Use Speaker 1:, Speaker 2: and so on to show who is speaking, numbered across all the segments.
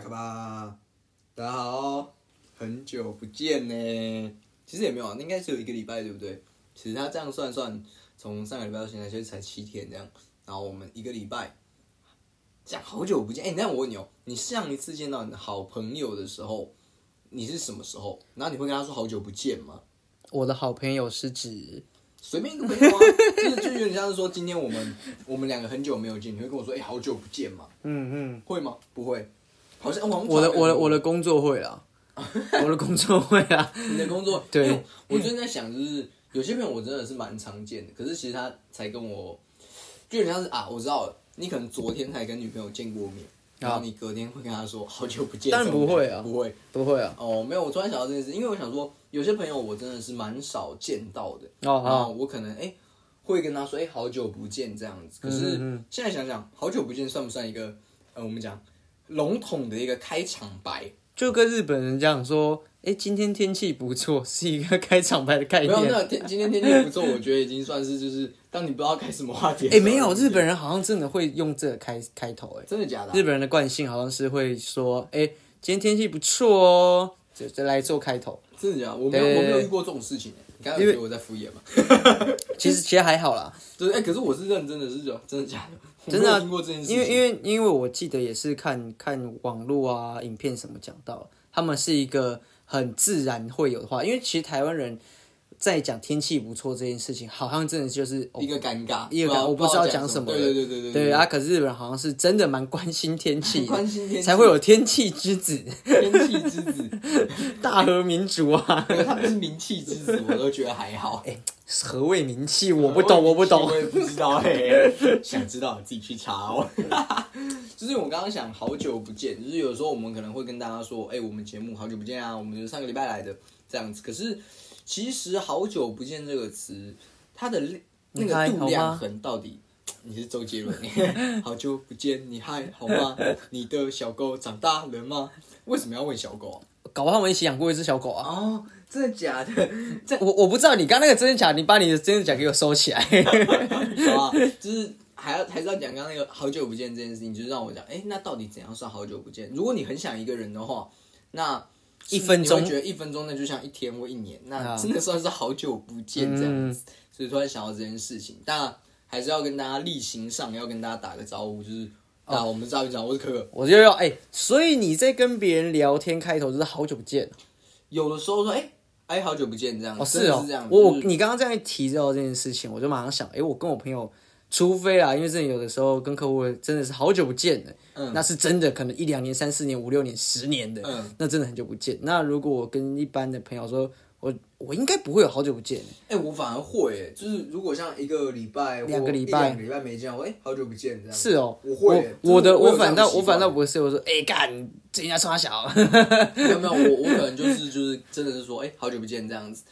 Speaker 1: 克吧！大家好，很久不见呢。其实也没有啊，应该只有一个礼拜，对不对？其实他这样算算，从上个礼拜到现在，其实才七天这样。然后我们一个礼拜讲好久不见，哎、那我问你哦，你上一次见到你的好朋友的时候，你是什么时候？然后你会跟他说好久不见吗？
Speaker 2: 我的好朋友是指
Speaker 1: 随便一个朋友啊， 就是就有点像是说，今天我们我们两个很久没有见，你会跟我说，哎、好久不见嘛？
Speaker 2: 嗯嗯，
Speaker 1: 会吗？不会，好像哦好像
Speaker 2: 我的我的我
Speaker 1: 的
Speaker 2: 的工作会 啦，我的工作会啊，
Speaker 1: 你的工作，
Speaker 2: 对嗯
Speaker 1: 因为我最近在想，就是有些朋友我真的是蛮常见的，可是其实他才跟我，就有点像是啊，我知道了，你可能昨天才跟女朋友见过面，然后你隔天会跟她说好久不见，
Speaker 2: 啊当然不会
Speaker 1: 这种感觉
Speaker 2: 啊
Speaker 1: 不会
Speaker 2: 不会啊，
Speaker 1: 哦，没有，我突然想到这件事，因为我想说，有些朋友我真的是蛮少见到的，然
Speaker 2: 哦
Speaker 1: 后
Speaker 2: 好
Speaker 1: 我可能哎、会跟他说哎、好久不见这样子，可
Speaker 2: 嗯嗯
Speaker 1: 是现在想想，好久不见算不算一个呃我们讲笼统的一个开场白？
Speaker 2: 就跟日本人讲说，哎，今天天气不错，是一个开场白的概
Speaker 1: 没 有，
Speaker 2: 念。
Speaker 1: 那天今天天气不错，我觉得已经算是就是，当你不知道开什么话题的
Speaker 2: 哎，
Speaker 1: 时候，
Speaker 2: 没有，日本人好像真的会用这个开开头，哎，
Speaker 1: 真的假的啊、
Speaker 2: 日本人的惯性好像是会说，哎，今天天气不错哦，就就来做开头。
Speaker 1: 真的假的？我没有，
Speaker 2: 对
Speaker 1: 我没有遇过这种事情、欸。你刚刚有觉得我在敷衍吗？
Speaker 2: 其实其实还好啦，
Speaker 1: 对，哎、可是我是认真的，是真真的假的？
Speaker 2: 真的
Speaker 1: 我没
Speaker 2: 啊
Speaker 1: 有听过这件事情，
Speaker 2: 因为因为因为我记得也是看看网络啊、影片什么讲到，他们是一个很自然会有的话，因为其实台湾人在讲天气不错这件事情，好像真的就是、哦
Speaker 1: 一个尴尬，
Speaker 2: 一个感，我
Speaker 1: 不
Speaker 2: 不知道讲
Speaker 1: 什
Speaker 2: 什么了。
Speaker 1: 对对对对
Speaker 2: 对
Speaker 1: 对
Speaker 2: 啊，可是日本人好像是真的蛮关心天气 的，
Speaker 1: 关心天气
Speaker 2: 才会有天气之子、
Speaker 1: 对，天气之子，
Speaker 2: 大和民族啊。
Speaker 1: 对他们是名气之子，我都觉得还
Speaker 2: 哎
Speaker 1: 好。
Speaker 2: 何谓民气？我不懂，我不懂
Speaker 1: 我。也不知道哎、 想知道你自己去查哦。 就是我刚刚想好久不见，就是有时候我们可能会跟大家说，哎、我们节目好久不见啊，我们上个礼拜来的这样子。可是其实“好久不见”这个词，它的那
Speaker 2: 你还
Speaker 1: 个
Speaker 2: 好
Speaker 1: 度
Speaker 2: 吗
Speaker 1: 量衡到底。你是周杰伦， 好久不见，你还好吗？你的小狗长大了吗？为什么要问小狗
Speaker 2: 搞不好他们一起养过一只小狗
Speaker 1: 啊？
Speaker 2: 啊。
Speaker 1: 哦，真的假的？ 这
Speaker 2: 我我不知道你刚那个真的假的，你把你的真的假的给我收起来。
Speaker 1: 好啊，就是还要还是要讲刚刚那个好久不见这件事情，就是让我讲，哎、那到底怎样算好久不见？如果你很想一个人的话，那
Speaker 2: 一分钟
Speaker 1: 你会觉得一分钟那就像一天或一年，那
Speaker 2: 啊
Speaker 1: 真的算是好久不见这
Speaker 2: 嗯
Speaker 1: 样子。所以突然想到这件事情，但还是要跟大家例行上要跟大家打个招呼，就是啊，
Speaker 2: 哦
Speaker 1: 我们赵院长，我是可可。
Speaker 2: 我就要哎、所以你在跟别人聊天开头就是好久不见
Speaker 1: 有的时候说，哎、哎，好久不见这样，
Speaker 2: 哦，
Speaker 1: 真的
Speaker 2: 哦
Speaker 1: 是这样，，
Speaker 2: 我我
Speaker 1: 就是
Speaker 2: 你刚刚这样一提到这件事情，我就马上想，哎、我跟我朋友，除非啦，因为真的有的时候跟客户真的是好久不见的，
Speaker 1: 嗯
Speaker 2: 那是真的可能一两年、三四年、五六年、十年的，
Speaker 1: 嗯
Speaker 2: 那真的很久不见。那如果我跟一般的朋友说，我我应该不会有好久不见，
Speaker 1: 哎、我反而会、哎，就是如果像一个礼拜或
Speaker 2: 两个礼拜
Speaker 1: 一两个礼拜没见，我哎、好久不见这样，
Speaker 2: 是哦，
Speaker 1: 我会耶
Speaker 2: 我我
Speaker 1: 真的
Speaker 2: 的
Speaker 1: 我有
Speaker 2: 我
Speaker 1: 这样的
Speaker 2: 反倒
Speaker 1: 习
Speaker 2: 我
Speaker 1: 惯
Speaker 2: 反倒不是，我说，哎、干，这人家冲他小，
Speaker 1: 没有没有，我我可能就是就是真的是说，哎、好久不见这样子，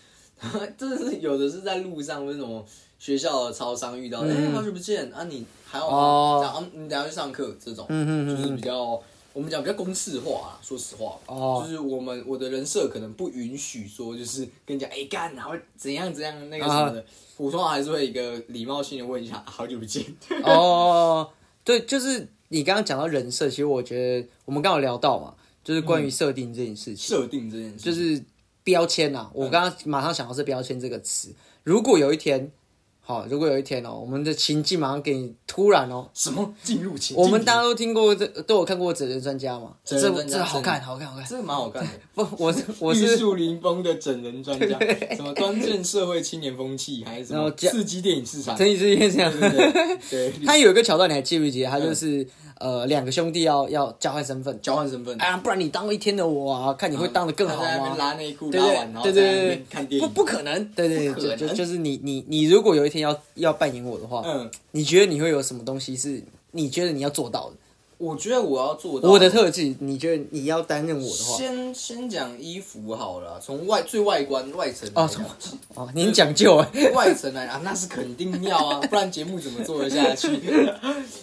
Speaker 1: 真的是有的是在路上或者什么学校的超商遇到，哎、好久不见啊，你还好吗？
Speaker 2: 嗯哦
Speaker 1: 然后、啊你等下去上课这种，
Speaker 2: 嗯嗯嗯
Speaker 1: 就是比较我们讲比较公式化啊，说实话，
Speaker 2: 哦
Speaker 1: 就是我们我的人设可能不允许说就是跟你讲，哎、干，然后怎样怎样那个什么
Speaker 2: 啊
Speaker 1: 的，普通话还是会一个礼貌性的问一下，啊好久不见，
Speaker 2: 哦，对，就是你刚刚讲到人设，其实我觉得我们刚好聊到嘛，就是关于设定这件事情，
Speaker 1: 设定这件事情，
Speaker 2: 就是标签呐、啊。我刚刚马上想到是标签这个词。如果有一天，好，如果有一天哦，我们的情境马上给你突然哦，
Speaker 1: 什么进入情境，
Speaker 2: 我们大家都听过这，都有看过《整人专家》嘛，
Speaker 1: 整
Speaker 2: 这
Speaker 1: 人专家
Speaker 2: 这好
Speaker 1: 真的
Speaker 2: 看，好看，好看。
Speaker 1: 这个蛮好看的。
Speaker 2: 不，我是我
Speaker 1: 玉
Speaker 2: 是
Speaker 1: 树临风的整人专家，什么端正社会青年风气，还是什
Speaker 2: 然
Speaker 1: 么
Speaker 2: 后这样
Speaker 1: 刺激电影市场？
Speaker 2: 陈宇之前这样。
Speaker 1: 对对对，对
Speaker 2: 他有一个桥段，你还记不记得？他就是、呃，两个兄弟要要交换身份，
Speaker 1: 交换身份，
Speaker 2: 啊，不然你当一天的我啊，看你会当的更好
Speaker 1: 他在那边
Speaker 2: 吗？
Speaker 1: 拉内裤
Speaker 2: 对
Speaker 1: 拉完，然后
Speaker 2: 对对
Speaker 1: 在那
Speaker 2: 对
Speaker 1: 边
Speaker 2: 对，
Speaker 1: 看电
Speaker 2: 不
Speaker 1: 影。
Speaker 2: 不可能，对对
Speaker 1: 不可
Speaker 2: 对，
Speaker 1: 能
Speaker 2: 就就就是你你你如果有一天要要扮演我的话，
Speaker 1: 嗯，
Speaker 2: 你觉得你会有什么东西是你觉得你要做到的？
Speaker 1: 我觉得我要做到
Speaker 2: 我的特技，你觉得你要担任我的话，
Speaker 1: 先先讲衣服好了啊，从外最外观外层来
Speaker 2: 哦
Speaker 1: 讲
Speaker 2: 哦，你很讲究哎，
Speaker 1: 外层来啊，那是肯定要啊，不然节目怎么做得下去？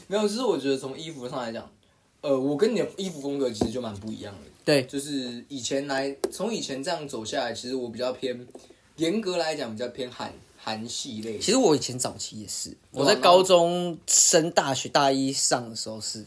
Speaker 1: 没有，就是我觉得从衣服上来讲，呃，我跟你的衣服风格其实就蛮不一样的。
Speaker 2: 对，
Speaker 1: 就是以前来，从以前这样走下来，其实我比较偏，严格来讲比较偏韩韩系类的。
Speaker 2: 其实我以前早期也是，
Speaker 1: 对啊
Speaker 2: 我在高中升大学大一上的时候是，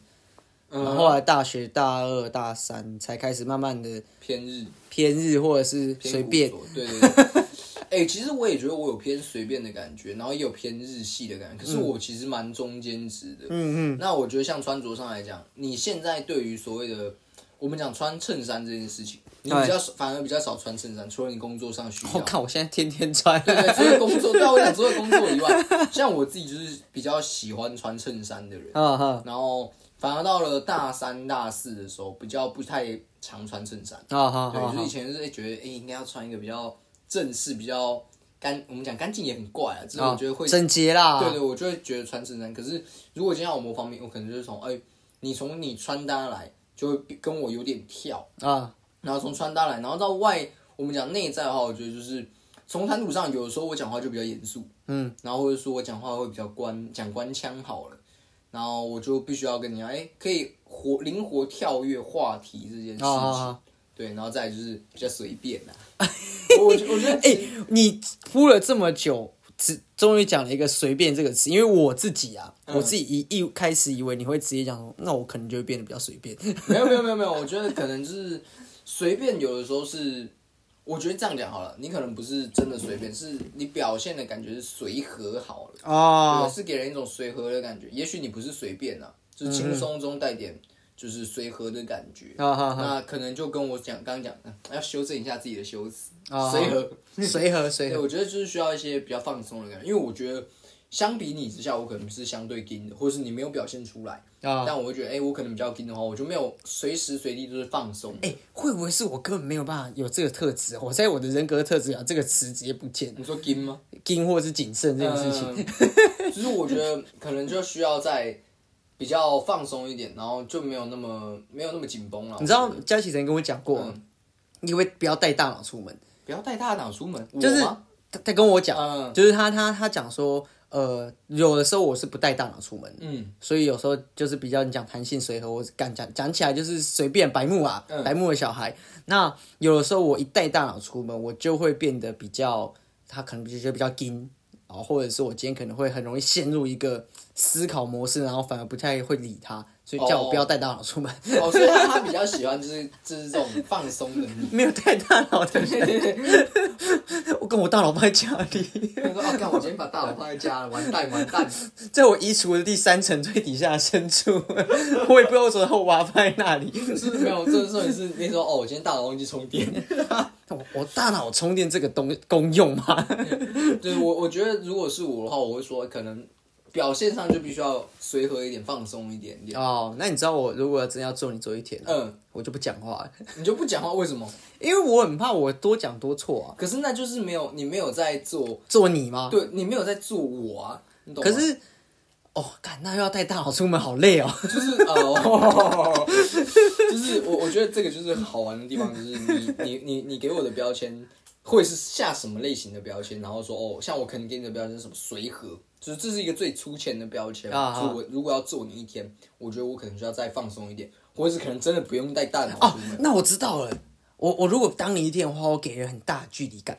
Speaker 1: 嗯
Speaker 2: 然后后来大学大二、大三才开始慢慢的
Speaker 1: 偏日
Speaker 2: 偏日或者是随
Speaker 1: 偏
Speaker 2: 便，
Speaker 1: 古着对对对。 哎、其实我也觉得我有偏随便的感觉，然后也有偏日系的
Speaker 2: 嗯
Speaker 1: 感觉，可是我其实蛮中间值的。嗯嗯。那我觉得像穿着上来讲，你现在对于所谓的我们讲穿衬衫这件事情，你比较反而比较少穿衬衫，除了你工作上需要。
Speaker 2: 我看我现在天天穿，
Speaker 1: 对，除了工作，对啊，我讲除了工作以外，像我自己就是比较喜欢穿衬衫的人，
Speaker 2: 啊哈
Speaker 1: 然后反而到了大三、大四的时候，比较不太常穿衬衫。
Speaker 2: 啊哈
Speaker 1: 对，就是以
Speaker 2: 哈，
Speaker 1: 前就是觉得，哎、应该要穿一个比较正式、比较干，我们讲干净也很怪啊，只是
Speaker 2: 哦
Speaker 1: 我觉得会，
Speaker 2: 整洁啦，
Speaker 1: 对对，我就会觉得穿衬衫。可是如果今天要我模仿你，我可能就是从，哎、你从你穿搭来，就会比跟我有点跳，
Speaker 2: 啊
Speaker 1: 然后从穿搭来，然后到外，我们讲内在的话，我觉得就是从谈吐上，有的时候我讲话就比较严肃，嗯，然后或者说我讲话会比较官，讲官腔好了，然后我就必须要跟你讲，哎、可以活灵活跳跃话题这件事情。
Speaker 2: 啊啊啊！
Speaker 1: 对，然后再来就是比较随便啦。啊 我觉我觉得，哎、
Speaker 2: 你铺了这么久，只终于讲了一个“随便”这个词，因为我自己啊，
Speaker 1: 嗯
Speaker 2: 我自己一一开始以为你会直接讲说，那我可能就会变得比较随 便。
Speaker 1: 没有没有没有没有，我觉得可能就是随便，有的时候是，我觉得这样讲好了，你可能不是真的随便，是你表现的感觉是随和好了，
Speaker 2: 哦
Speaker 1: 对，是给人一种随和的感觉。也许你不是随便啊，就是轻松中带点就是随和的感觉。
Speaker 2: 啊哈哈，
Speaker 1: 那可能就跟我讲刚刚讲，嗯要修正一下自己的修辞，
Speaker 2: 啊
Speaker 1: 随和。
Speaker 2: 随和随
Speaker 1: 对，
Speaker 2: 和
Speaker 1: 我觉得就是需要一些比较放松的感觉，因为我觉得相比你之下，我可能是相对硬的，或是你没有表现出来，
Speaker 2: 啊！
Speaker 1: 但我会觉得，哎、我可能比较硬的话，我就没有随时随地就是放松。
Speaker 2: 哎、会不会是我根本没有办法有这个特质？啊我在我的人格特质啊，这个词直接不见，
Speaker 1: 你说硬吗？嗯
Speaker 2: 惊或是谨慎嗯这件事情。
Speaker 1: 情，就是我觉得可能就需要再比较放松一点，然后就没有那么没有那么紧绷了。
Speaker 2: 你知道
Speaker 1: 我觉得
Speaker 2: 江启程跟我讲过，
Speaker 1: 嗯
Speaker 2: 你会不要带大脑出门。
Speaker 1: 不要带大脑出门，
Speaker 2: 就是
Speaker 1: 我 吗
Speaker 2: 他他跟我讲，
Speaker 1: 嗯
Speaker 2: 就是他他他讲说，呃，有的时候我是不带大脑出门，
Speaker 1: 嗯，
Speaker 2: 所以有时候就是比较你讲弹性随和，我敢讲讲起来就是随便白目啊，
Speaker 1: 嗯
Speaker 2: 白目的小孩。那有的时候我一带大脑出门，我就会变得比较，他可能就觉得比较硬。啊，或者是我今天可能会很容易陷入一个思考模式，然后反而不太会理他，所以叫我不要带大脑出门，
Speaker 1: 哦，所以他他比较喜欢就是就是这种放松 的你。
Speaker 2: 没有带大脑的人， 我跟我大脑放在家里。
Speaker 1: 他说：“哦，看我今天把大脑放在 家了，完蛋完蛋。”
Speaker 2: 在我衣橱的第三层最底下的深处， 我也不知道为什么我把它放在那里。
Speaker 1: 是没有，这重点是那时候哦，我今天大脑忘记充电。
Speaker 2: 我我大脑充电这个东功用吗？
Speaker 1: 对我，我觉得如果是我的话，我会说可能表现上就必须要随和一点，放松一点点。
Speaker 2: 哦，那你知道我如果真要做你做一天、啊，
Speaker 1: 嗯，
Speaker 2: 我就不讲话了，
Speaker 1: 你就不讲话，为什么？
Speaker 2: 因为我很怕我多讲多错啊。
Speaker 1: 可是那就是没有你没有在做，
Speaker 2: 做你吗？
Speaker 1: 对你没有在做我啊，你懂吗？
Speaker 2: 可是，哦，干那又要带大脑出门，好累哦。
Speaker 1: 就是呃，就是我我觉得这个就是好玩的地方，就是你你你你给我的标签会是下什么类型的标签，然后说哦，像我可能给你的标签是什么随和，就是这是一个最粗浅的标签。
Speaker 2: 啊
Speaker 1: 所以我如果要做你一天，我觉得我可能就要再放松一点，或者是可能真的不用带大脑出门。
Speaker 2: 哦那我知道了，我我如果当你一天的话，我给人很大的距离感。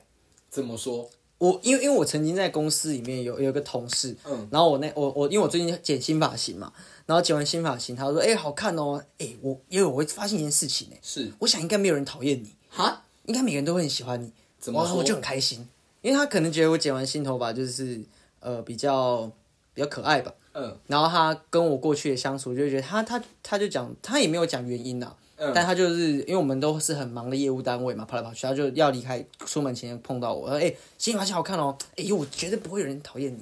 Speaker 1: 怎么说？
Speaker 2: 我因为因为我曾经在公司里面有有一个同事，
Speaker 1: 嗯
Speaker 2: 然后我那我我因为我最近剪新发型嘛，然后剪完新发型，他说哎、好看哦，哎、我因为我会发现一件事情哎、
Speaker 1: 是
Speaker 2: 我想应该没有人讨厌你，
Speaker 1: 哈？
Speaker 2: 应该每个人都会很喜欢你，
Speaker 1: 怎么
Speaker 2: 然后我
Speaker 1: 说
Speaker 2: 就很开心，因为他可能觉得我剪完新头发就是呃比较比较可爱吧，
Speaker 1: 嗯
Speaker 2: 然后他跟我过去的相处，就觉得他他他就讲，他也没有讲原因呐、
Speaker 1: 嗯
Speaker 2: 但他就是因为我们都是很忙的业务单位嘛，跑来跑去，他就要离开，出门前碰到我，他说：“哎、新发型好看哦，哎、呦，我绝对不会有人讨厌你。”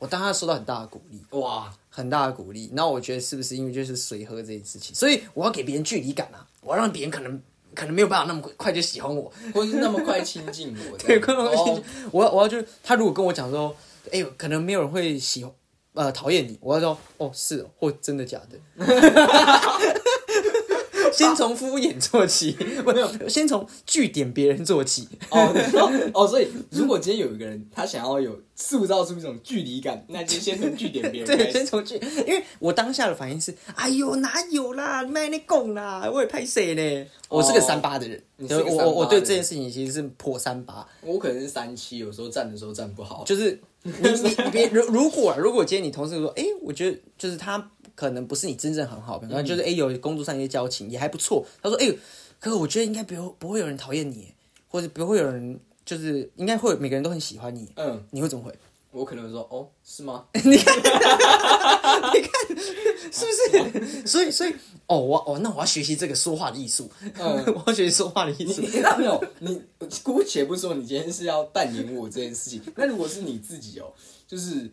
Speaker 2: 我当他受到很大的鼓励，
Speaker 1: 哇，
Speaker 2: 很大的鼓励。然后我觉得是不是因为就是随和这件事情，所以我要给别人距离感啊，我要让别人可能可能没有办法那么快就喜欢我，
Speaker 1: 或是那么快亲近我？
Speaker 2: 对，
Speaker 1: 这
Speaker 2: 观
Speaker 1: 样
Speaker 2: 众心
Speaker 1: 哦
Speaker 2: 我要我要就是他如果跟我讲说，哎、可能没有人会喜呃讨厌你，我要说哦是哦，或真的假的， 先从敷衍做起，不有，先从据点别人做起，
Speaker 1: 哦哦哦，所以如果今天有一个人他想要有塑造出一种距离感，那就先从据点别人开
Speaker 2: 对，
Speaker 1: 始
Speaker 2: 先。从据，因为我当下的反应是，哎呦哪有啦，卖那供啦，我也拍谁呢？我是个
Speaker 1: 哦
Speaker 2: 三八的人，
Speaker 1: 你
Speaker 2: 对
Speaker 1: 是个
Speaker 2: 我
Speaker 1: 三
Speaker 2: 我我
Speaker 1: 八
Speaker 2: 对
Speaker 1: 的
Speaker 2: 这件
Speaker 1: 人
Speaker 2: 事情其实是破三八，
Speaker 1: 我可能是三七，有时候站的时候站不好。
Speaker 2: 就是你你你别如如果啊如果今天你同事说，哎、我觉得就是他可能不是你真正很好的朋友，然后
Speaker 1: 嗯
Speaker 2: 就是哎、诶有工作上一些交情也还不错。他说哎、诶可是我觉得应该不不会有人讨厌你，或者不会有人就是应该会有每个人都很喜欢你。
Speaker 1: 嗯，
Speaker 2: 你会怎么回？
Speaker 1: 我可能会说哦，是 吗？
Speaker 2: 是不是？ 所以所以哦，我哦，那我要学习这个说话的艺术， 我要学习说话的艺术。
Speaker 1: 没有，嗯你姑且不说你今天是要扮演我这件事情，那如果是你自己哦，就是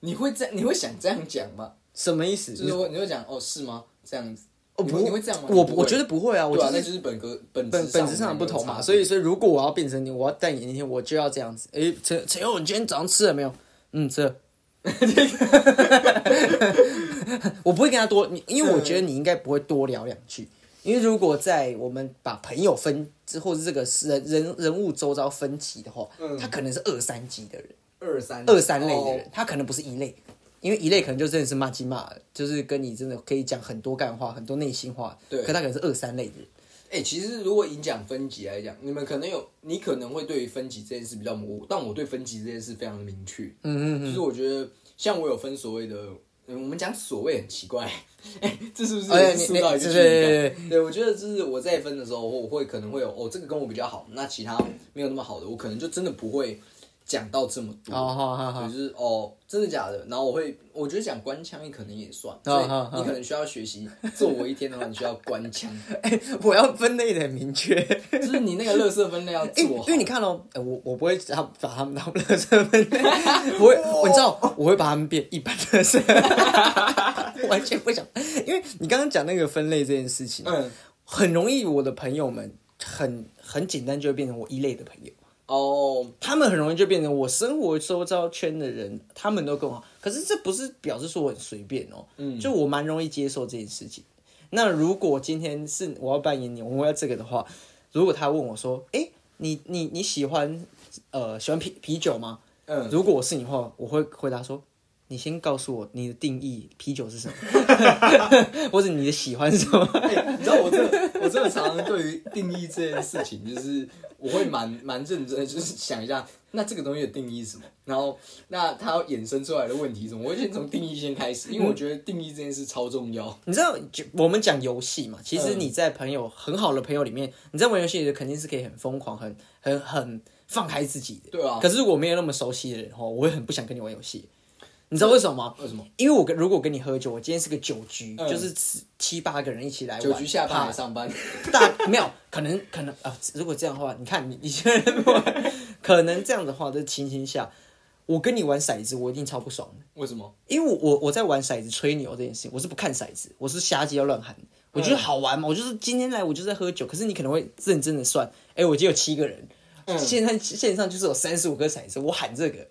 Speaker 1: 你会这样，你会想这样讲吗？
Speaker 2: 什么意思？
Speaker 1: 就是说你会讲哦，是吗？这样子，
Speaker 2: 我
Speaker 1: 你会你会这样吗？
Speaker 2: 哦我
Speaker 1: 你不会
Speaker 2: 我觉得不会啊，我
Speaker 1: 对啊，
Speaker 2: 就
Speaker 1: 那
Speaker 2: 是
Speaker 1: 就是本格本
Speaker 2: 本本质上的不同嘛。所以，所以如果我要变成你，我要扮演那天，我就要这样子。诶，陈陈佑，你今天早上吃了没有？嗯，吃了。 我不会跟他多，你因为我觉得你应该不会多聊两句。因为如果在我们把朋友分之或是这个人人人物周遭分级的话，他可能是二三级的人，
Speaker 1: 二三
Speaker 2: 二三类的人，
Speaker 1: 嗯哦
Speaker 2: 他可能不是一类，因为一类可能就真的是骂鸡骂，就是跟你真的可以讲很多干话，很多内心话。
Speaker 1: 对
Speaker 2: 可他可能是二三类的人。
Speaker 1: 哎、其实如果影响分级来讲，你们可能有，你可能会对于分级这件事比较模糊，但我对分级这件事非常的明确。嗯嗯嗯，就是我觉得，像我有分所谓的，嗯我们讲所谓很奇怪，哎、这是不是
Speaker 2: 哎
Speaker 1: 也
Speaker 2: 你
Speaker 1: 是塑造一个距
Speaker 2: 你
Speaker 1: 离
Speaker 2: 对对对
Speaker 1: 感？对，我觉得就是我在分的时候，我会可能会有哦，这个跟我比较好，那其他没有那么好的，我可能就真的不会讲到这么多。
Speaker 2: 哦，好好好，
Speaker 1: 就是哦，真的假的？然后我会，我觉得讲官腔也可能也算，所以
Speaker 2: 哦好好
Speaker 1: 你可能需要学习。做我一天的话，你需要官腔，
Speaker 2: 我要分类的很明确。
Speaker 1: 就是你那个垃圾分类要
Speaker 2: 因
Speaker 1: 做
Speaker 2: 为
Speaker 1: 好
Speaker 2: 因为。你看哦，哎我我不会把把他们当垃圾分类，我会，我你知道，我会把他们变一般垃圾， 我完全不想。因为你刚刚讲那个分类这件事情，
Speaker 1: 嗯，
Speaker 2: 很容易我的朋友们很很简单就会变成我一类的朋友，
Speaker 1: 哦，
Speaker 2: 他们很容易就变成我生活周遭圈的人，他们都跟我好。可是这不是表示说我很随便哦，嗯，就我蛮容易接受这件事情。那如果今天是我要扮演你，我要这个的话，如果他问我说，诶，你你你喜欢呃喜欢啤啤酒吗？
Speaker 1: 嗯，
Speaker 2: 如果我是你的话，我会回答说。你先告诉我你的定义，啤酒是什么，或者你的喜欢是什么？
Speaker 1: 你知道我真的，我真的常常对于定义这件事情，就是我会蛮蛮认真的，就是想一下，那这个东西的定义是什么，然后那它衍生出来的问题是什么，我会先从定义先开始，因为我觉得定义这件事超重要。
Speaker 2: 你知道，就我们讲游戏嘛，其实
Speaker 1: 嗯
Speaker 2: 你在朋友、很好的朋友里面，你在玩游戏的肯定是可以很疯狂、很很很放开自己的。
Speaker 1: 对啊
Speaker 2: 可是如果没有那么熟悉的人哦，我会很不想跟你玩游戏。你知道为什么吗？
Speaker 1: 为什么？
Speaker 2: 因为我跟如果跟你喝酒，我今天是个酒局，
Speaker 1: 嗯
Speaker 2: 就是七七八个人一起来玩，
Speaker 1: 酒局下班
Speaker 2: 怕
Speaker 1: 还上班，
Speaker 2: 大没有可能可能啊、如果这样的话，你看你你现在 可能这样的话的情形下，我跟你玩骰子，我一定超不爽的。
Speaker 1: 为什么？
Speaker 2: 因为我我我在玩骰子吹牛这件事情，我是不看骰子，我是瞎鸡要乱喊。我
Speaker 1: 嗯
Speaker 2: 觉得好玩嘛，我就是今天来我就是在喝酒，可是你可能会认真的算，哎、我今天有七个人，
Speaker 1: 嗯
Speaker 2: 现在线上就是有三十五颗骰子，我喊这个，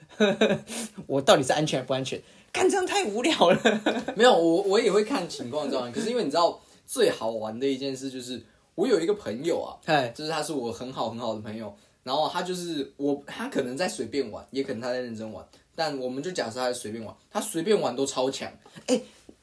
Speaker 2: 我到底是安全还不安全？看这样太无聊了。
Speaker 1: 没有，我我也会看情况状况。可是因为你知道，最好玩的一件事就是，我有一个朋友啊，
Speaker 2: 哎，
Speaker 1: 就是他是我很好很好的朋友，然后他就是我，他可能在随便玩，也可能他在认真玩，但我们就假设他在随便玩，他随便玩都超强，
Speaker 2: 哎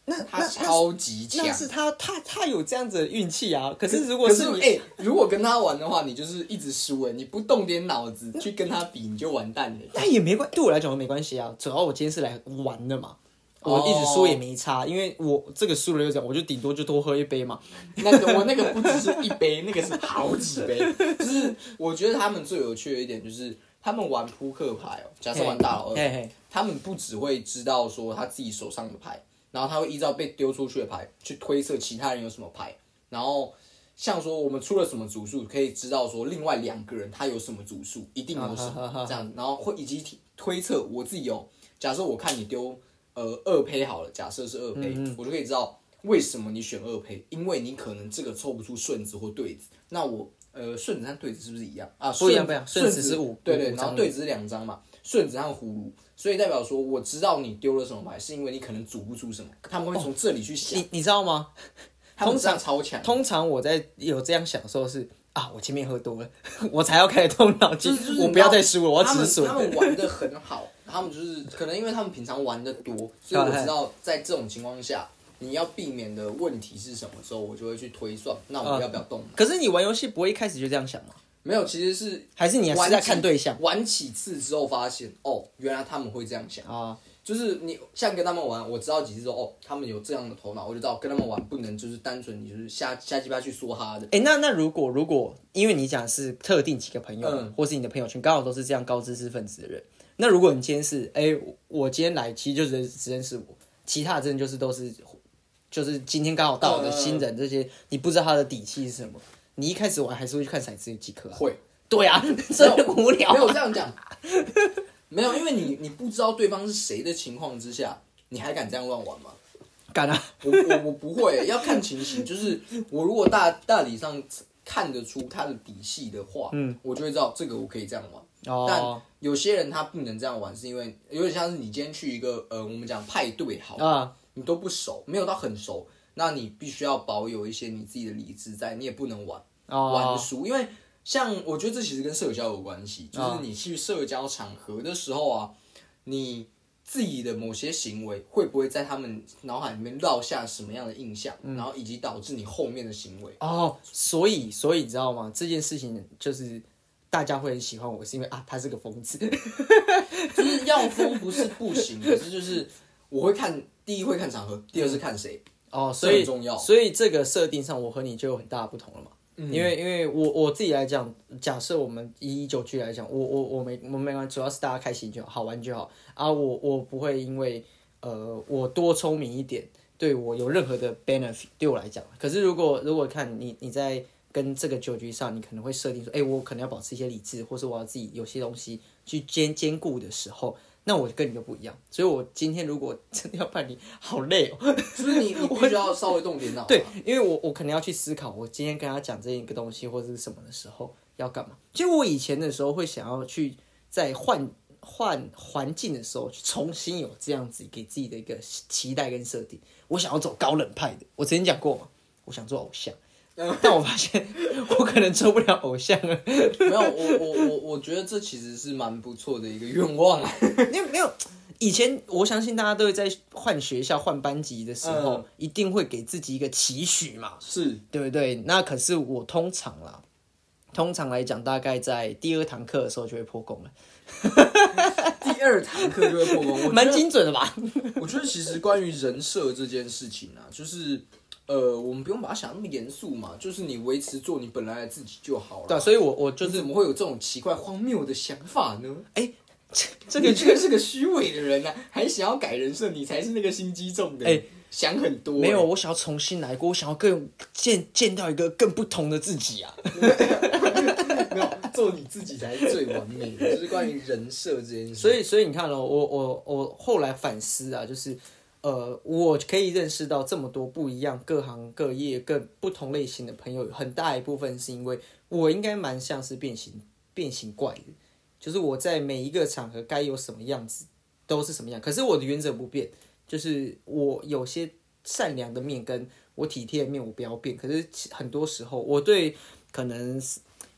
Speaker 2: 那
Speaker 1: 他
Speaker 2: 那
Speaker 1: 超级强
Speaker 2: 那。是他他他有这样子的运气啊，可是如果
Speaker 1: 可是
Speaker 2: 是你，
Speaker 1: 哎、如果跟他玩的话，你就是一直输哎，你不动点脑子去跟他比，你就完蛋了。
Speaker 2: 那也没关，对我来讲没关系啊。主要我今天是来玩的嘛，我
Speaker 1: 哦
Speaker 2: 一直输也没差，因为我这个输了又怎样，我就顶多就多喝一杯嘛。
Speaker 1: 那个我那个不只是一杯，那个是好几杯。就是我觉得他们最有趣的一点就是，他们玩扑克牌哦，假设玩大老二，
Speaker 2: 嘿嘿，
Speaker 1: 他们不只会知道说他自己手上的牌，然后他会依照被丢出去的牌去推测其他人有什么牌，然后像说我们出了什么组数，可以知道说另外两个人他有什么组数，一定有什
Speaker 2: 啊哈哈哈
Speaker 1: 么这样子，然后会以及提推测我自己有，假设我看你丢呃二胚好了，假设是二
Speaker 2: 嗯
Speaker 1: 胚，我就可以知道为什么你选二胚，因为你可能这个凑不出顺子或对子，那我。呃，顺子和对子是不是一样啊？
Speaker 2: 不一样
Speaker 1: 顺
Speaker 2: 不一样
Speaker 1: 顺
Speaker 2: 顺子是五
Speaker 1: 对对，
Speaker 2: 五张
Speaker 1: 然后对子是两张嘛，顺子和葫芦，所以代表说我知道你丢了什么牌，是因为你可能组不出什么，他们会从这里去想，
Speaker 2: 你你知道吗？
Speaker 1: 他们这样超强，
Speaker 2: 通常我在有这样想的时候是啊，我前面喝多了， 我才要开始动脑筋
Speaker 1: 就是就是，
Speaker 2: 我不要再输了，我要止损
Speaker 1: 他。们他们 玩的很好，他们就是可能因为他们平常玩的多，所以我知道在这种情况下你要避免的问题是什么时候，我就会去推算，那我们要不要动脑？
Speaker 2: 可是你玩游戏不会一开始就这样想吗？
Speaker 1: 没有，其实是
Speaker 2: 还是你还是在看对象
Speaker 1: 玩几玩几次之后发现，哦，原来他们会这样想。
Speaker 2: 啊？
Speaker 1: 就是你像跟他们玩，我知道几次说哦，他们有这样的头脑，我就知道跟他们玩不能就是单纯你就是瞎瞎鸡巴去说哈的。
Speaker 2: 哎、那那如果如果，因为你讲是特定几个朋友，
Speaker 1: 嗯
Speaker 2: 或是你的朋友圈刚好都是这样高知识分子的人，那如果你今天是，哎、我我今天来，其实就只只认识我，其他的真的就是都是，就是今天刚好到我的新人这些，你不知道他的底气是什么，你一开始玩还是会去看骰子有几颗、啊，
Speaker 1: 会，
Speaker 2: 对啊，真的 无聊
Speaker 1: 没有
Speaker 2: 啊、
Speaker 1: 这样讲，没有，因为你你不知道对方是谁的情况之下，你还敢这样乱玩吗？
Speaker 2: 干啊，
Speaker 1: 我我我不会， 要看情形。就是我如果大大体上看得出他的底细的话，嗯，我就会知道这个我可以这样玩。但
Speaker 2: 哦
Speaker 1: 有些人他不能这样玩，是因为有点像是你今天去一个呃，我们讲派对好了，
Speaker 2: 啊，
Speaker 1: 你都不熟，没有到很熟，那你必须要保有一些你自己的理智在，你也不能玩、
Speaker 2: 哦
Speaker 1: 玩输，因为像我觉得这其实跟社交有关系，
Speaker 2: 啊
Speaker 1: 就是你去社交场合的时候啊，你自己的某些行为会不会在他们脑海里面烙下什么样的印象，
Speaker 2: 嗯
Speaker 1: 然后以及导致你后面的行为。
Speaker 2: 哦，所以所以你知道吗？这件事情就是大家会很喜欢我，是因为啊，他是个疯子。
Speaker 1: 就是要风不是不行，可是就是我会看，第一会看场合，
Speaker 2: 嗯
Speaker 1: 第二是看谁。
Speaker 2: 哦，
Speaker 1: 这
Speaker 2: 所以
Speaker 1: 很重要
Speaker 2: 所以这个设定上，我和你就有很大的不同了嘛。因为因为我我自己来讲，假设我们以一九剧来讲，我我我没我没关系，主要是大家开心就好，好玩就好啊。我我不会因为呃我多聪明一点，对我有任何的 benefit 对我来讲。可是如果如果看你你在跟这个酒局上，你可能会设定说，哎、我可能要保持一些理智，或是我要自己有些东西去兼兼顾的时候，那我跟你就不一样。所以我今天如果真的要办你，好累哦。
Speaker 1: 就是 你，你必须要稍微动点脑。啊
Speaker 2: 对，因为我我可能要去思考，我今天跟他讲这一个东西或者是什么的时候要干嘛。其实我以前的时候会想要去在换换环境的时候，去重新有这样子给自己的一个期待跟设定。我想要走高冷派的，我之前讲过嘛，我想做偶像，但我发现 我可能做不了偶像了。
Speaker 1: 没有，我我我我觉得这其实是蛮不错的一个愿望啊。
Speaker 2: 没有没有，以前我相信大家都会在换学校、换班级的时候，
Speaker 1: 嗯
Speaker 2: 一定会给自己一个期许嘛。
Speaker 1: 是，
Speaker 2: 对不对？那可是我通常啦，通常来讲，大概在第二堂课的时候就会破功了，
Speaker 1: 第二堂课就会破功。我觉
Speaker 2: 蛮
Speaker 1: 得，
Speaker 2: 精准的吧？
Speaker 1: 我 觉得其实关于人设这件事情啊，就是呃，我们不用把它想那么严肃嘛，就是你维持做你本来的自己就好了。
Speaker 2: 对啊、所以我我就
Speaker 1: 你
Speaker 2: 是
Speaker 1: 怎么会有这种奇怪荒谬的想法呢？
Speaker 2: 哎，这这
Speaker 1: 你
Speaker 2: 个
Speaker 1: 这个是个虚伪的人啊，还想要改人设，你才是那个心机重的。
Speaker 2: 哎，
Speaker 1: 想很多、
Speaker 2: 没有，我想要重新来过，我想要更见见到一个更不同的自己啊！
Speaker 1: 没有做你自己才是最完美的，就是关于人设这件事。
Speaker 2: 所以所以你看了、我我我后来反思啊，就是。呃，我可以认识到这么多不一样、各行各业、各不同类型的朋友，很大一部分是因为我应该蛮像是变形变形怪的，就是我在每一个场合该有什么样子都是什么样。可是我的原则不变，就是我有些善良的面跟我体贴的面我不要变。可是其很多时候，我对可能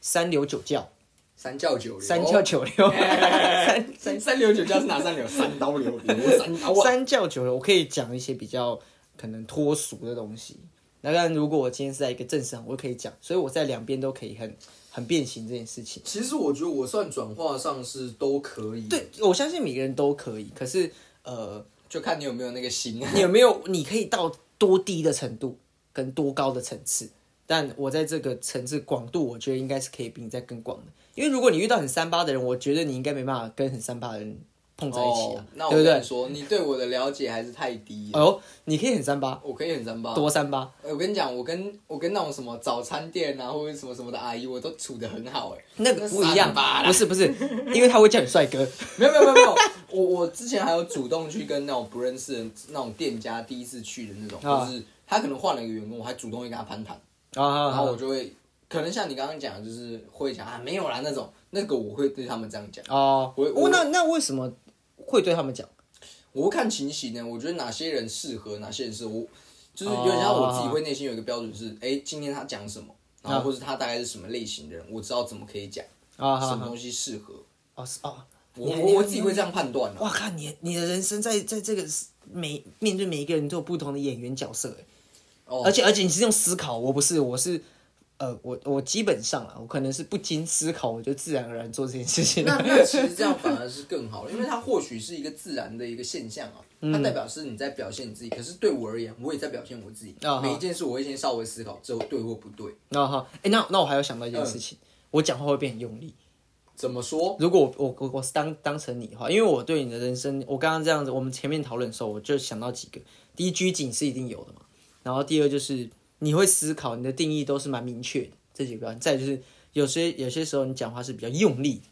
Speaker 2: 三流九教、
Speaker 1: 三教九流，
Speaker 2: 三教九流、 三
Speaker 1: 三三流九教是哪三流？三刀流，流三刀啊！
Speaker 2: 三教九流，我可以讲一些比较可能脱俗的东西。那当然，如果我今天是在一个正式场，我可以讲，所以我在两边都可以很很变形这件事情。
Speaker 1: 其实我觉得我算转化上是都可以，，
Speaker 2: 对，我相信每个人都可以，可是呃，
Speaker 1: 就看你有没有那个心。
Speaker 2: 你有没有你可以到多低的程度跟多高的层次？但我在这个层次广度，我觉得应该是可以比你在更广的。因为如果你遇到很三八的人，我觉得你应该没办法跟很三八的人碰在一起啊
Speaker 1: 哦，，那我
Speaker 2: 对不
Speaker 1: 跟
Speaker 2: 对
Speaker 1: 你？说，你对我的了解还是太低了。
Speaker 2: 哦，你可以很三八，
Speaker 1: 我可以很三八，
Speaker 2: 多三八。
Speaker 1: 哎我跟你讲，我跟我跟那种什么早餐店啊，或者什么什么的阿姨，我都处的很好哎、
Speaker 2: 那个不一
Speaker 1: 那
Speaker 2: 样
Speaker 1: 三八啦
Speaker 2: 不是 不是，因为他会叫你帅哥。
Speaker 1: 没有没有没有没有，我我之前还有主动去跟那种不认识的那种店家第一次去的那种，
Speaker 2: 啊
Speaker 1: 就是他可能换了一个员工，我还主动会跟他攀谈，
Speaker 2: 啊
Speaker 1: 然后我就会可能像你刚刚讲的，就是会讲啊没有啦那种，那个我会对他们这样讲，
Speaker 2: 哦，
Speaker 1: 我
Speaker 2: 哦
Speaker 1: 我
Speaker 2: 那那为什么会对他们讲？
Speaker 1: 我会看情形呢，我觉得哪些人适合，哪些人是我，就是有点像我
Speaker 2: 哦
Speaker 1: 自己会内心有一个标准是，哎、今天他讲什么，然后或者他大概是什么类型的人，我知道怎么可以讲，
Speaker 2: 嗯啊
Speaker 1: 什
Speaker 2: 哈
Speaker 1: 么
Speaker 2: 哈
Speaker 1: 东西适合，
Speaker 2: 哦是哦，
Speaker 1: 我
Speaker 2: 你
Speaker 1: 我我自己会这样判断啊的、
Speaker 2: 哇靠，你你的人生在在这个每面对每一个人都有不同的演员角色，哎
Speaker 1: 哦
Speaker 2: 而且而且你是用思考，我不是，我是呃，我我基本上啊，我可能是不经思考，我就自然而然做这件事情
Speaker 1: 那
Speaker 2: 了。
Speaker 1: 那其实这样反而是更好，因为它或许是一个自然的一个现象啊，
Speaker 2: 嗯
Speaker 1: 它代表是你在表现你自己。可是对我而言，我也在表现我自己。
Speaker 2: 啊哈
Speaker 1: 每一件事我会先稍微思考，之后对或不对。
Speaker 2: 然后哈，哎、那那我还有想到一件事
Speaker 1: 嗯
Speaker 2: 情，我讲话会变很用力。
Speaker 1: 怎么说？
Speaker 2: 如果我我我我是当当成你的话，因为我对你的人生，我刚刚这样子，我们前面讨论的时候，我就想到几个，第一拘谨是一定有的嘛，然后第二就是你会思考，你的定义都是蛮明确的，这几个，再来就是有些有些时候你讲话是比较用力的，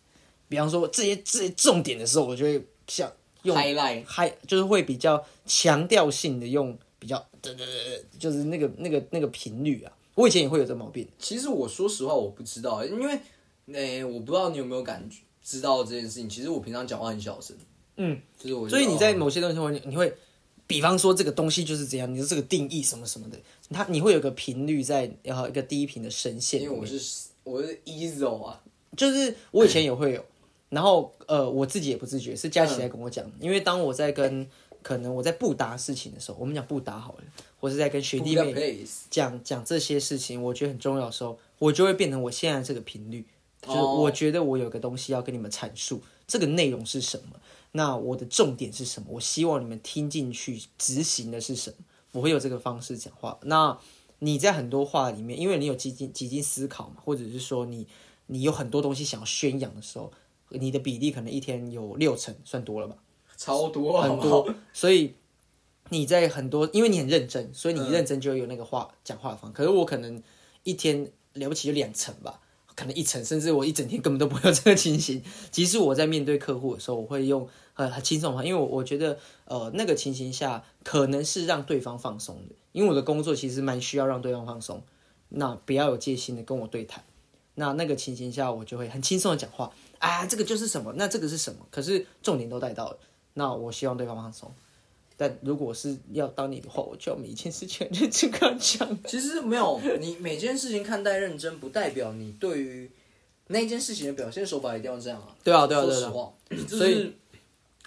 Speaker 2: 比方说这些这些重点的时候，我就会想用
Speaker 1: highlight
Speaker 2: 还就是会比较强调性的用比较，对对对对就是那个那个那个频率啊，我以前也会有这毛病，
Speaker 1: 其实我说实话，我不知道，因为，诶、我不知道你有没有感觉知道这件事情。其实我平常讲话很小声，嗯，就是我就，
Speaker 2: 所以你
Speaker 1: 哦
Speaker 2: 在某些东西会，你会，比方说这个东西就是这样，你的这个定义什么什么的，它你会有个频率在，然后一个低频的声线里
Speaker 1: 因为
Speaker 2: 面，
Speaker 1: 我是我是 easy 啊，
Speaker 2: 就是我以前也会有，然后呃我自己也不自觉，是佳
Speaker 1: 嗯
Speaker 2: 琪来跟我讲，因为当我在跟可能我在不答事情的时候，我们讲不答好了，或是在跟学弟
Speaker 1: Put the
Speaker 2: 妹
Speaker 1: pace
Speaker 2: 讲讲这些事情，我觉得很重要的时候，我就会变成我现在这个频率，就是
Speaker 1: 哦
Speaker 2: 我觉得我有个东西要跟你们阐述，这个内容是什么，那我的重点是什么，我希望你们听进去，执行的是什么，我会有这个方式讲话。那你在很多话里面，因为你有几经几经思考嘛，或者是说你你有很多东西想要宣扬的时候，你的比例可能一天有六成，算多了吧。
Speaker 1: 超多好
Speaker 2: 很
Speaker 1: 不好
Speaker 2: 多，所以你在很多，因为你很认真，所以你认真就会有那个话讲话的方。可是我可能一天了不起就两层吧，可能一层，甚至我一整天根本都不会有这个情形。 即使我在面对客户的时候，我会用很很轻松的话，因为我我觉得呃那个情形下可能是让对方放松的，因为我的工作其实蛮需要让对方放松，那不要有戒心的跟我对谈。那那个情形下，我就会很轻松的讲话啊，这个就是什么，那这个是什么，可是重点都带到了。那我希望对方放松。但如果是要当你的话，我就要每一件事情很认真跟他讲。
Speaker 1: 其实没有，你每件事情看待认真，不代表你对于那件事情的表现手法一定要这样啊。
Speaker 2: 对啊对啊
Speaker 1: 说
Speaker 2: 对啊
Speaker 1: 实 话，就是
Speaker 2: 所以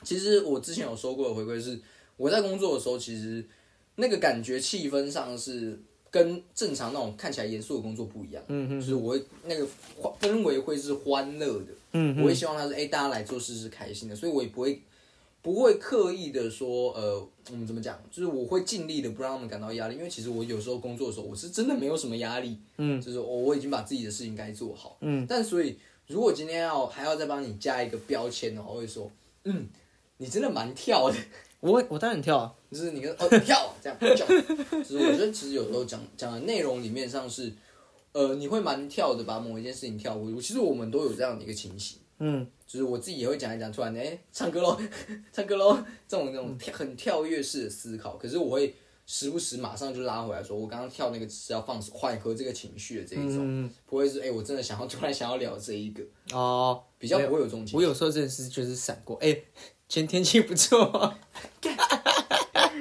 Speaker 1: 其实我之前有说过的回馈是，我在工作的时候，其实那个感觉气氛上是跟正常那种看起来严肃的工作不一样。嗯嗯，就是我会那个欢氛围会是欢乐的。嗯，我会希望他是哎、大家来做事是开心的，所以我也不会不会刻意的说，呃，嗯，怎么讲？就是我会尽力的不让他们感到压力，因为其实我有时候工作的时候，我是真的没有什么压力，嗯，就是我我已经把自己的事情该做好，嗯。但所以，如果今天要还要再帮你加一个标签的话，我会说，嗯，你真的蛮跳的，
Speaker 2: 我会我当然跳啊，
Speaker 1: 就是你跟哦跳这样跳，就是我觉得其实有时候讲讲的内容里面上是，呃，你会蛮跳的，把某一件事情跳过。其实我们都有这样的一个情形。
Speaker 2: 嗯，
Speaker 1: 就是我自己也会讲一讲，突然哎、诶唱歌喽， 唱歌喽，这种这种跳很跳跃式的思考，可是我会时不时马上就拉回来说，我刚刚跳那个只是要放缓和这个情绪的这一种，不会是哎、诶我真的想要突然想要聊这一个，
Speaker 2: 哦，
Speaker 1: 比较不会有这种情
Speaker 2: 我有时候真的是就是闪过，哎、 今天天气不错啊，
Speaker 1: 绪，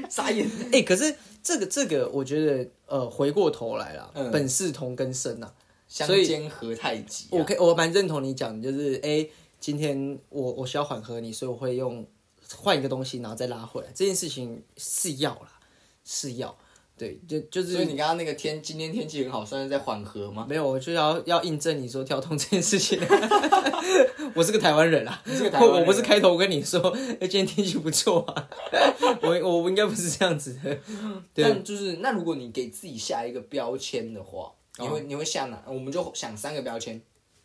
Speaker 1: 傻眼，
Speaker 2: 哎、可是这个这个，我觉得呃，回过头来啦，本是同根生啊呐、
Speaker 1: 相
Speaker 2: 所以
Speaker 1: 煎何太急、啊
Speaker 2: 我可以，我蛮认同你讲的，就是哎、今天我我需要缓和你，所以我会用换一个东西，然后再拉回来。这件事情是要啦，是要，对，就就是
Speaker 1: 所以你刚刚那个天，今天天气很好，算是在缓和吗？
Speaker 2: 没有，我就要要印证你说跳通这件事情。 我是个台湾人啊，
Speaker 1: 是个台湾人啊
Speaker 2: 我我不是开头跟你说，哎，今天天气不错啊。 我我应该不是这样子的。对
Speaker 1: 但就是那如果你给自己下一个标签的话，你会、你会下哪？我们就想三个标签，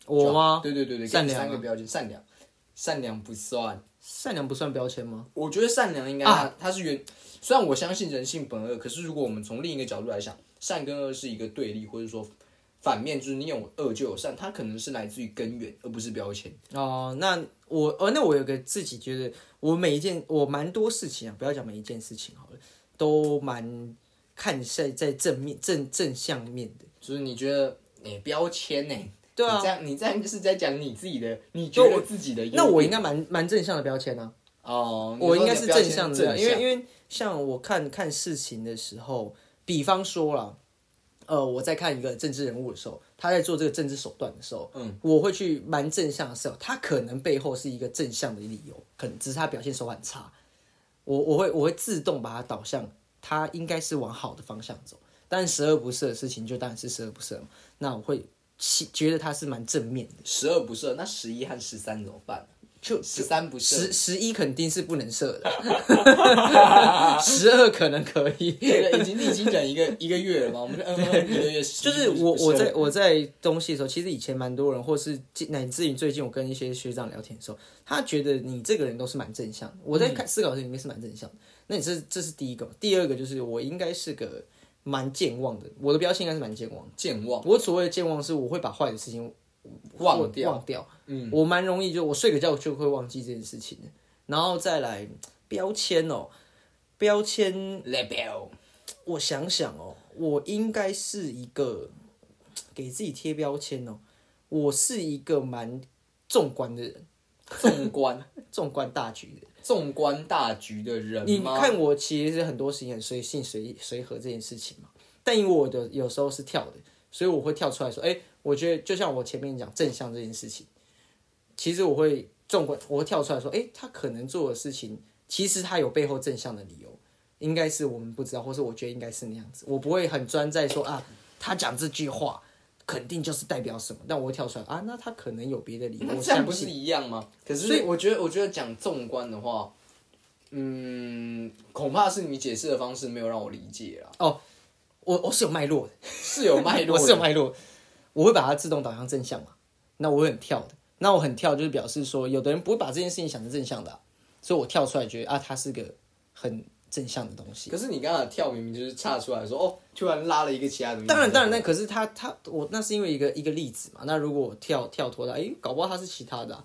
Speaker 2: 哦
Speaker 1: 啊
Speaker 2: 我吗？
Speaker 1: 对对对对，
Speaker 2: 善
Speaker 1: 给
Speaker 2: 良啊
Speaker 1: 三个标签，善良，善良不算。
Speaker 2: 善良不算标签吗？
Speaker 1: 我觉得善良应该
Speaker 2: 啊
Speaker 1: 它、它是原，虽然我相信人性本恶，可是如果我们从另一个角度来想，善跟恶是一个对立，或者说反面，就是你有恶就有善，它可能是来自于根源，而不是标签。
Speaker 2: 哦，那我呃，那我有个自己觉得，我每一件我蛮多事情啊，不要讲每一件事情好了，都蛮看在在正面正正向面的。
Speaker 1: 就是你觉得你、标签呢、
Speaker 2: 对啊
Speaker 1: 你这样你这样就是在讲你自己的，你觉得自己的优点。
Speaker 2: 那我应该蛮蛮正向的标签啊。
Speaker 1: 哦，你说
Speaker 2: 我应该
Speaker 1: 你
Speaker 2: 是
Speaker 1: 标签
Speaker 2: 正向
Speaker 1: 正
Speaker 2: 的，因为因为像我看看事情的时候，比方说啦，呃，我在看一个政治人物的时候，他在做这个政治手段的时候，嗯，我会去蛮正向的时候，他可能背后是一个正向的理由，可能只是他表现手法很差，我我会我会自动把它导向，他应该是往好的方向走。但十恶不赦的事情就当然是十恶不赦嘛。那我会其觉得它是蛮正面的。
Speaker 1: 十二不赦，那十一和十三怎么办？
Speaker 2: 就
Speaker 1: 十三不赦，
Speaker 2: 十十一肯定是不能射的，十二可能可以。
Speaker 1: 对已经已经讲一个一个月了嘛，我们就嗯嗯一个月十
Speaker 2: 就是我我在我在东西的时候，其实以前蛮多人，或是近乃至于最近我跟一些学长聊天的时候，他觉得你这个人都是蛮正向的。我
Speaker 1: 嗯
Speaker 2: 在看思考这里面是蛮正向的。那你这这是第一个，第二个就是我应该是个蛮健忘的，我的标签应该是蛮健忘。
Speaker 1: 健忘
Speaker 2: 我所谓的健忘是我会把坏的事情
Speaker 1: 忘掉，
Speaker 2: 忘掉。嗯，我蛮容易就我睡个觉就会忘记这件事情的。然后再来标签哦，标签
Speaker 1: label
Speaker 2: 我想想哦，我应该是一个给自己贴标签哦，我是一个蛮纵观的人，
Speaker 1: 纵观
Speaker 2: 纵观大局的人。
Speaker 1: 纵观大局的人
Speaker 2: 你
Speaker 1: 吗？
Speaker 2: 看我其实很多事情很随性随随和这件事情嘛，但因为我的有时候是跳的，所以我会跳出来说，哎、我觉得就像我前面讲正向这件事情，其实我会纵观，我会跳出来说，哎、他可能做的事情，其实他有背后正向的理由，应该是我们不知道，或是我觉得应该是那样子，我不会很专在说啊，他讲这句话。肯定就是代表什么，但我会跳出来啊，那他可能有别的理由，
Speaker 1: 那
Speaker 2: 我
Speaker 1: 这样不
Speaker 2: 相信
Speaker 1: 是一样吗？可是，
Speaker 2: 所以
Speaker 1: 我觉得，我觉得讲纵观的话，嗯，恐怕是你解释的方式没有让我理解啦，
Speaker 2: 我我是有脉络的，
Speaker 1: 是有脉络
Speaker 2: 我是有
Speaker 1: 的。
Speaker 2: 脉络，我会把它自动导向正向嘛。那我会很跳的，那我很跳就是表示说，有的人不会把这件事情想成正向的啊、所以我跳出来觉得啊，它是个很正向的东西。
Speaker 1: 可是你刚才跳明明就是岔出来说，哦，突然拉了一个其他东西。
Speaker 2: 当然，当然，那可是他他我那是因为一个一个例子嘛。那如果我跳跳脱了，诶，搞不好它是其他的啊、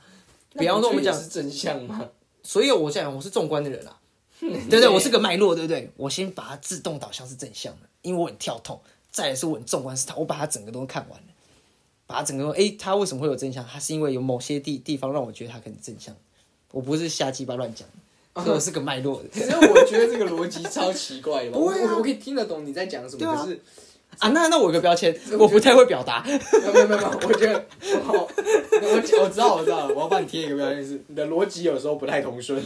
Speaker 1: 那
Speaker 2: 比方说我们
Speaker 1: 不就
Speaker 2: 讲
Speaker 1: 也是真相吗？
Speaker 2: 所以我讲我是纵观的人啊，对不对？我是个脉络，对不对？我先把它自动导向是正向的，因为我很跳痛，再来是我很纵观是它，我把它整个都看完了，把它整个都，诶，它为什么会有正向？它是因为有某些地地方让我觉得它可能正向，我不是瞎鸡巴乱讲，
Speaker 1: 哦
Speaker 2: 所以我是个脉络的。
Speaker 1: 其实我觉得这个逻辑超奇怪的吧。
Speaker 2: 不会啊
Speaker 1: 我我可以听得懂你在讲什么，
Speaker 2: 对啊
Speaker 1: 可是
Speaker 2: 啊，那那我有个标签，我不太会表达，
Speaker 1: 没有没有没有，我觉得我好，我我知道我知道了，我要帮你贴一个标签是，你的逻辑有时候不太通顺。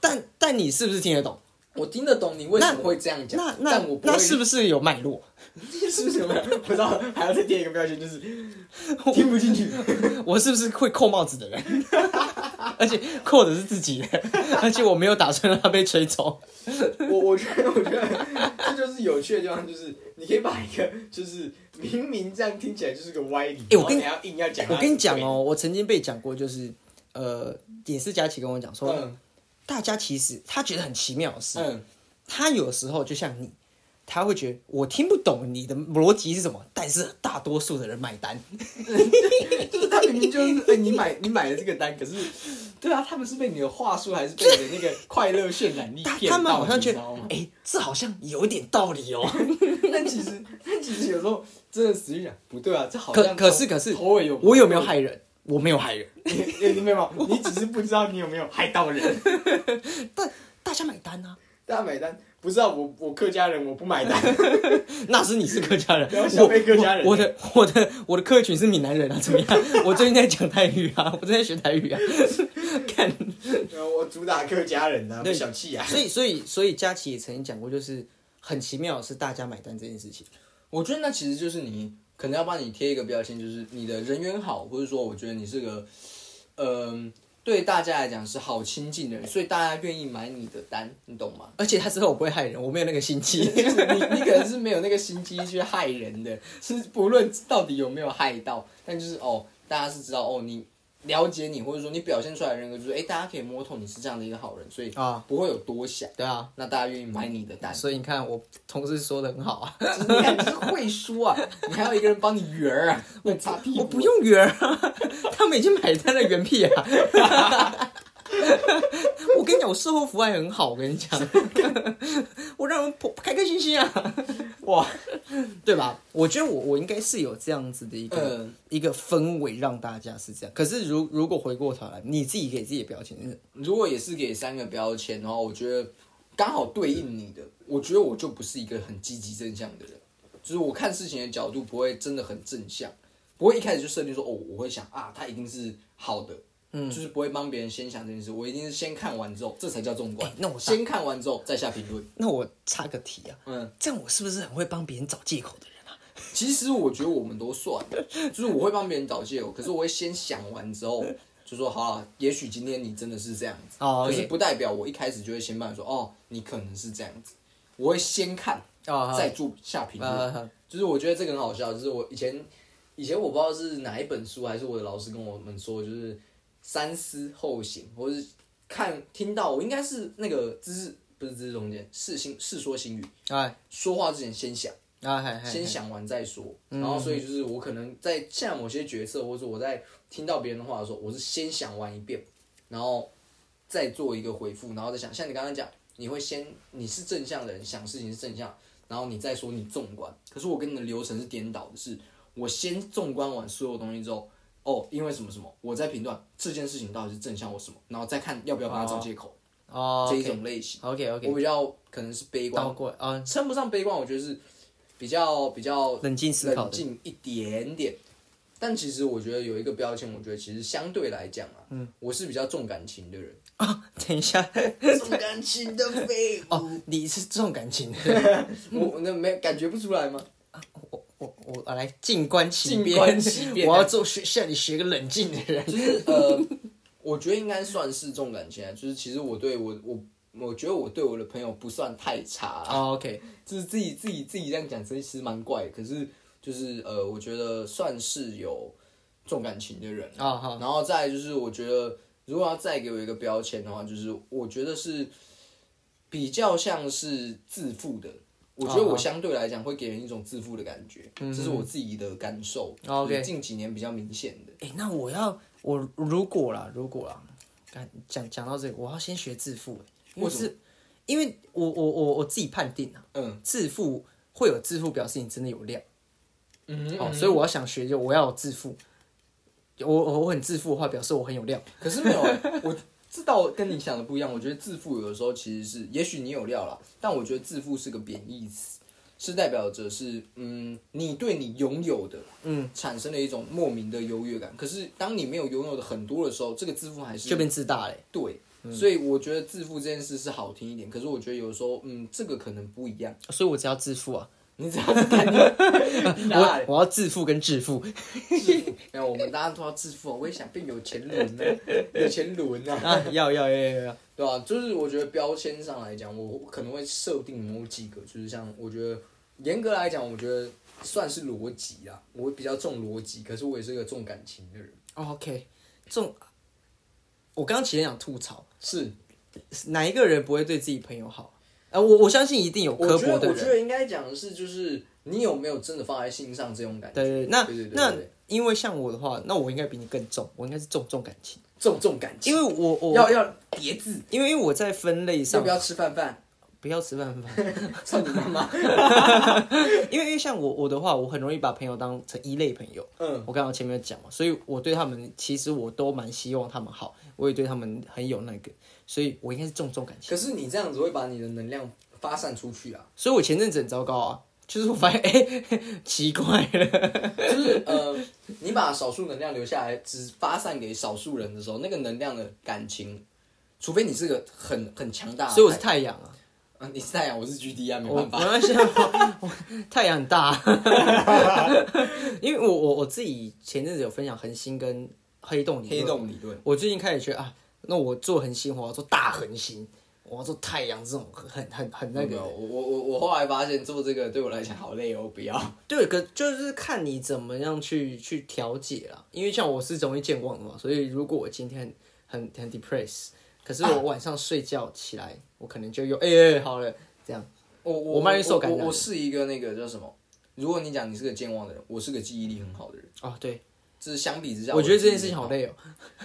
Speaker 2: 但但你是不是听得懂？
Speaker 1: 我听得懂你为什么会这样讲
Speaker 2: 那，那
Speaker 1: 但我不
Speaker 2: 那
Speaker 1: 会
Speaker 2: 是不是有脉络？
Speaker 1: 是不是有没有？不知道，还要再贴一个标签， 就是听不进去。
Speaker 2: 我是不是会扣帽子的人？ 而且扣的是自己的， 而且我没有打算让它被吹走。
Speaker 1: 我我觉得，我觉得这就是有趣的地方，就是你可以把一个就是明明这样听起来就是个歪理，
Speaker 2: 哎我跟你
Speaker 1: 然后你还要硬要讲它啊是对
Speaker 2: 我
Speaker 1: 的，
Speaker 2: 跟你讲哦，我曾经被讲过，就是呃，也是佳琪跟我讲说，
Speaker 1: 嗯
Speaker 2: 大家其实他觉得很奇妙的是，
Speaker 1: 嗯，
Speaker 2: 他有时候就像你，他会觉得我听不懂你的逻辑是什么，但是大多数的人买单。
Speaker 1: 就是他明明就是哎、你买 你买了这个单，可是对啊，他们是被你的话术还是被你的那个快乐渲染力
Speaker 2: 他
Speaker 1: 骗
Speaker 2: 他
Speaker 1: 到，
Speaker 2: 们好像
Speaker 1: 你
Speaker 2: 觉
Speaker 1: 知
Speaker 2: 得
Speaker 1: 道吗，？
Speaker 2: 哎、这好像有点道理哦。
Speaker 1: 但其实但其实有时候真的实际讲不对啊，这好
Speaker 2: 可
Speaker 1: 像
Speaker 2: 可是可是，
Speaker 1: 头尾有
Speaker 2: 我有没 有害人？我没有害人，
Speaker 1: 你？你没有，你只是不知道你有没有害到人。
Speaker 2: 但大家买单啊，
Speaker 1: 大家买单，不是啊，我我客家人我不买单，
Speaker 2: 那是你是客家人，
Speaker 1: 不要小
Speaker 2: 我
Speaker 1: 被客家人欸
Speaker 2: 我我的我的我的客群是闽南人啊，怎么样？我最近在讲台语啊，我最近在学台语啊，看。
Speaker 1: 呃我主打客家人啊，
Speaker 2: 对
Speaker 1: 不小气 啊。
Speaker 2: 所以，所以，所以，佳琪也曾经讲过，就是很奇妙的是大家买单这件事情。
Speaker 1: 我觉得那其实就是你可能要帮你贴一个标签，就是你的人缘好，或者说我觉得你是个，嗯、对大家来讲是好亲近的人，所以大家愿意买你的单，你懂吗？
Speaker 2: 而且他知道我不会害人，我没有那个心机。
Speaker 1: 就是你你可能是没有那个心机去害人的，是不论到底有没有害到，但就是哦，大家是知道哦，你了解你，或者说你表现出来的人格就是，哎、大家可以摸透你是这样的一个好人，所以
Speaker 2: 啊
Speaker 1: 不会有多想。
Speaker 2: 对啊，
Speaker 1: 那大家愿意买你的单，
Speaker 2: 所以你看，我同事说的很好啊，
Speaker 1: 就是你看你是会说啊，你还有一个人帮你圆儿啊， 我擦屁股，
Speaker 2: 我不，用圆啊， 他们已经买单了，圆屁啊！ 我跟你讲，我售后服务还很好，我跟你 讲，我让人开开心心啊，
Speaker 1: 哇，
Speaker 2: 对吧？我觉得我我应该是有这样子的一个、
Speaker 1: 嗯
Speaker 2: 一个氛围，让大家是这样。可是如如果回过头来，你自己给自己的标签是
Speaker 1: 如果也是给三个标签的话，我觉得刚好对应你的，我觉得我就不是一个很积极正向的人，就是我看事情的角度不会真的很正向，不会一开始就设定说哦，我会想啊，他一定是好的，嗯，就是不会帮别人先想这件事，我一定是先看完之后，这才叫纵观。
Speaker 2: 那我
Speaker 1: 先看完之后再下评论。
Speaker 2: 那我插个题啊，
Speaker 1: 嗯，
Speaker 2: 这样我是不是很会帮别人找借口的人啊？
Speaker 1: 其实我觉得我们都算，就是我会帮别人找借口，可是我会先想完之后就说好了，也许今天你真的是这样子，
Speaker 2: 哦
Speaker 1: 可是
Speaker 2: OK
Speaker 1: 不代表我一开始就会先帮你说哦，你可能是这样子，我会先看，
Speaker 2: 哦好
Speaker 1: 再做下评
Speaker 2: 啊
Speaker 1: 论
Speaker 2: 好。
Speaker 1: 就是我觉得这个很好笑，就是我以前以前我不知道是哪一本书，还是我的老师跟我们说，就是三思后行，或是看听到我应该是那个知识不是知识中间，世新世说新语，
Speaker 2: 哎
Speaker 1: 说话之前先想。
Speaker 2: 啊，嗨嗨，
Speaker 1: 先想完再说。
Speaker 2: 嗯
Speaker 1: 然后所以就是我可能在下某些决策，或者说我在听到别人的话的时候，我是先想完一遍，然后再做一个回复，然后再想。像你刚刚讲，你会先你是正向的人，想事情是正向，然后你再说你纵观。可是我跟你的流程是颠倒的是，我先纵观完所有东西之后。哦，因为什么什么，我在评断这件事情到底是正向或什么，然后再看要不要帮他找借口，
Speaker 2: 哦，
Speaker 1: 这一种类型。
Speaker 2: OK OK，
Speaker 1: 我比较可能是悲观
Speaker 2: 倒过来啊，
Speaker 1: 称不上悲观，我觉得是比较比较
Speaker 2: 冷静思考的
Speaker 1: 冷静一点点。但其实我觉得有一个标签，我觉得其实相对来讲啊，嗯，我是比较重感情的人，
Speaker 2: 哦等一 下，
Speaker 1: 重感情的废物。
Speaker 2: 哦，你是重感情的，
Speaker 1: 我那没感觉不出 来吗？
Speaker 2: 我 我我我来静观其
Speaker 1: 静观其变
Speaker 2: 我要做学向你学个冷静的人。
Speaker 1: 就是呃，我觉得应该算是重感情啊。就是其实我对我我我觉得我对我的朋友不算太差啦，
Speaker 2: 哦，OK，
Speaker 1: 就是自己自己自己这样讲，其实蛮怪的。可是就是呃，我觉得算是有重感情的人啊
Speaker 2: 哦好，
Speaker 1: 然后再来就是，我觉得如果要再给我一个标签的话，就是我觉得是比较像是自负的。我觉
Speaker 2: 啊
Speaker 1: 得我相对来讲会给人一种自负的感觉，这是我自己的感受。
Speaker 2: 嗯哦 OK
Speaker 1: 就是近几年比较明显的。
Speaker 2: 哎、那我要我如果啦，如果啦，干讲讲到这个，我要先学自负、因为
Speaker 1: 为什么
Speaker 2: 是，因为我我我我自己判定啊，
Speaker 1: 嗯
Speaker 2: 自负会有自负，表示你真的有料。
Speaker 1: 嗯
Speaker 2: 哦，所以我要想学就我要有自负。我我我很自负的话，表示我很有料。
Speaker 1: 可是没有，我知道跟你想的不一样。我觉得自负有的时候其实是，也许你有料啦，但我觉得自负是个贬义词，是代表着是，嗯，你对你拥有的，嗯，产生了一种莫名的优越感。可是当你没有拥有的很多的时候，这个自负还是
Speaker 2: 就变自大嘞、
Speaker 1: 对。所以我觉得自负这件事是好听一点，可是我觉得有时候，嗯，这个可能不一样。
Speaker 2: 所以我只要自负啊，
Speaker 1: 你只要是看你，你哪
Speaker 2: 我
Speaker 1: 里
Speaker 2: 我要自负跟致富
Speaker 1: 致富？ 没有，我们大家都要致富啊！我也想变有钱人呢、啊有钱人 啊！
Speaker 2: 啊，要要要要要，
Speaker 1: 对啊，就是我觉得标签上来讲，我可能会设定某几个，就是像我觉得严格来讲，我觉得算是逻辑啊，我比较重逻辑，可是我也是个重感情的人。
Speaker 2: 哦 OK，这种我刚刚其实想吐槽，
Speaker 1: 是，
Speaker 2: 哪一个人不会对自己朋友好？啊，我我相信一定有
Speaker 1: 我
Speaker 2: 刻
Speaker 1: 觉
Speaker 2: 薄
Speaker 1: 得
Speaker 2: 的
Speaker 1: 我觉
Speaker 2: 人。
Speaker 1: 得应该讲的是，就是你有没有真的放在心上这种感觉？
Speaker 2: 对对，对那
Speaker 1: 对对对
Speaker 2: 那
Speaker 1: 对对
Speaker 2: 因为像我的话，那我应该比你更重，我应该是重重感情，
Speaker 1: 重重感情，
Speaker 2: 因为我我
Speaker 1: 要要叠字，
Speaker 2: 因为因为我在分类
Speaker 1: 要
Speaker 2: 上
Speaker 1: 不要吃饭饭？
Speaker 2: 不要吃饭饭，
Speaker 1: 操你妈妈！
Speaker 2: 因为因为像我我的话，我很容易把朋友当成一类朋友。
Speaker 1: 嗯，
Speaker 2: 我刚刚前面有讲嘛，所以我对他们其实我都蛮希望他们好，我也对他们很有那个，所以我应该是重重感情。
Speaker 1: 可是你这样子会把你的能量发散出去啊。
Speaker 2: 所以我前阵子很糟糕啊，就是我发现哎、 奇怪了，
Speaker 1: 就是呃，你把少数能量留下来，只发散给少数人的时候，那个能量的感情，除非你是个很很强大的派，
Speaker 2: 所以我是太阳啊。
Speaker 1: 啊，你是太阳，我是 GD 啊，没
Speaker 2: 我
Speaker 1: 办法，
Speaker 2: 没关系啊，我我太阳很大， 因为我我我自己前阵子有分享恒星跟黑洞理
Speaker 1: 黑
Speaker 2: 论，
Speaker 1: 洞理论。
Speaker 2: 我最近开始觉得啊，那我做恒星，我要做大恒星，我要做太阳这种很很很那
Speaker 1: 那
Speaker 2: 个
Speaker 1: 个，，我我我我后来发现做这个对我来讲好累哦，我不要。
Speaker 2: 对，可就是看你怎么样去去调节啦，因为像我是容易健忘的嘛，所以如果我今天很很 depress，可是
Speaker 1: 啊
Speaker 2: 我晚上睡觉起来，我可能就有哎、哎好了这样，
Speaker 1: 我
Speaker 2: 我蛮容易受感染的
Speaker 1: 我我是一个那个叫什么？如果你讲你是个健忘的人，我是个记忆力很好的人，
Speaker 2: 哦对，
Speaker 1: 这是相比之下，
Speaker 2: 我觉得
Speaker 1: 的
Speaker 2: 这件
Speaker 1: 记
Speaker 2: 事
Speaker 1: 忆力
Speaker 2: 情好
Speaker 1: 很
Speaker 2: 累哦，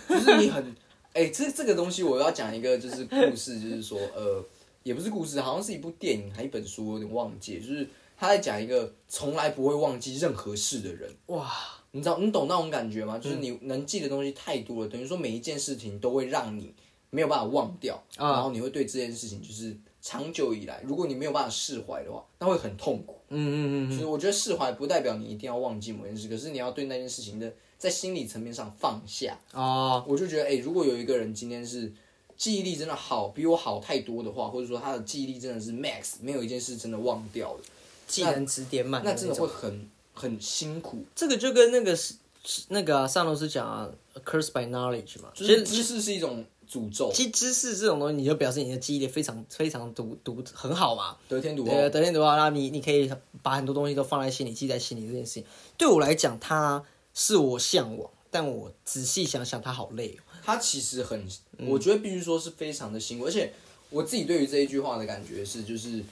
Speaker 1: 就是你很，哎、这这个东西我要讲一个就是故事，就是说呃，也不是故事，好像是一部电影还一本书，我有点忘记了，就是他在讲一个从来不会忘记任何事的人，
Speaker 2: 哇。
Speaker 1: 你知道你懂那种感觉吗？
Speaker 2: 嗯
Speaker 1: 就是你能记的东西太多了，等于说每一件事情都会让你没有办法忘掉，
Speaker 2: 啊
Speaker 1: 然后你会对这件事情就是长久以来，如果你没有办法释怀的话，那会很痛苦。
Speaker 2: 嗯嗯嗯，
Speaker 1: 就是我觉得释怀不代表你一定要忘记某件事，可是你要对那件事情的在心理层面上放下。
Speaker 2: 哦，
Speaker 1: 我就觉得，哎、如果有一个人今天是记忆力真的好，比我好太多的话，或者说他的记忆力真的是 max，没有一件事真的忘掉的，
Speaker 2: 技能指点满
Speaker 1: 那
Speaker 2: 那
Speaker 1: 真的
Speaker 2: 种
Speaker 1: 会很很辛苦。
Speaker 2: 这个就跟那个是是那个、啊、上楼是讲啊，curse by knowledge 嘛，
Speaker 1: 就
Speaker 2: 其
Speaker 1: 是
Speaker 2: 实
Speaker 1: 知识是一种诅咒，
Speaker 2: 其实知识这种东西，你就表示你的记忆力非常非常独独很好嘛。
Speaker 1: 得天独厚。
Speaker 2: 对，得天独厚，那你你可以把很多东西都放在心里，记在心里这件事情，对我来讲，它是我向往，但我仔细想想，它好累、哦。
Speaker 1: 他其实很，
Speaker 2: 嗯
Speaker 1: 我觉得必须说是非常的辛苦，而且我自己对于这一句话的感觉是，就是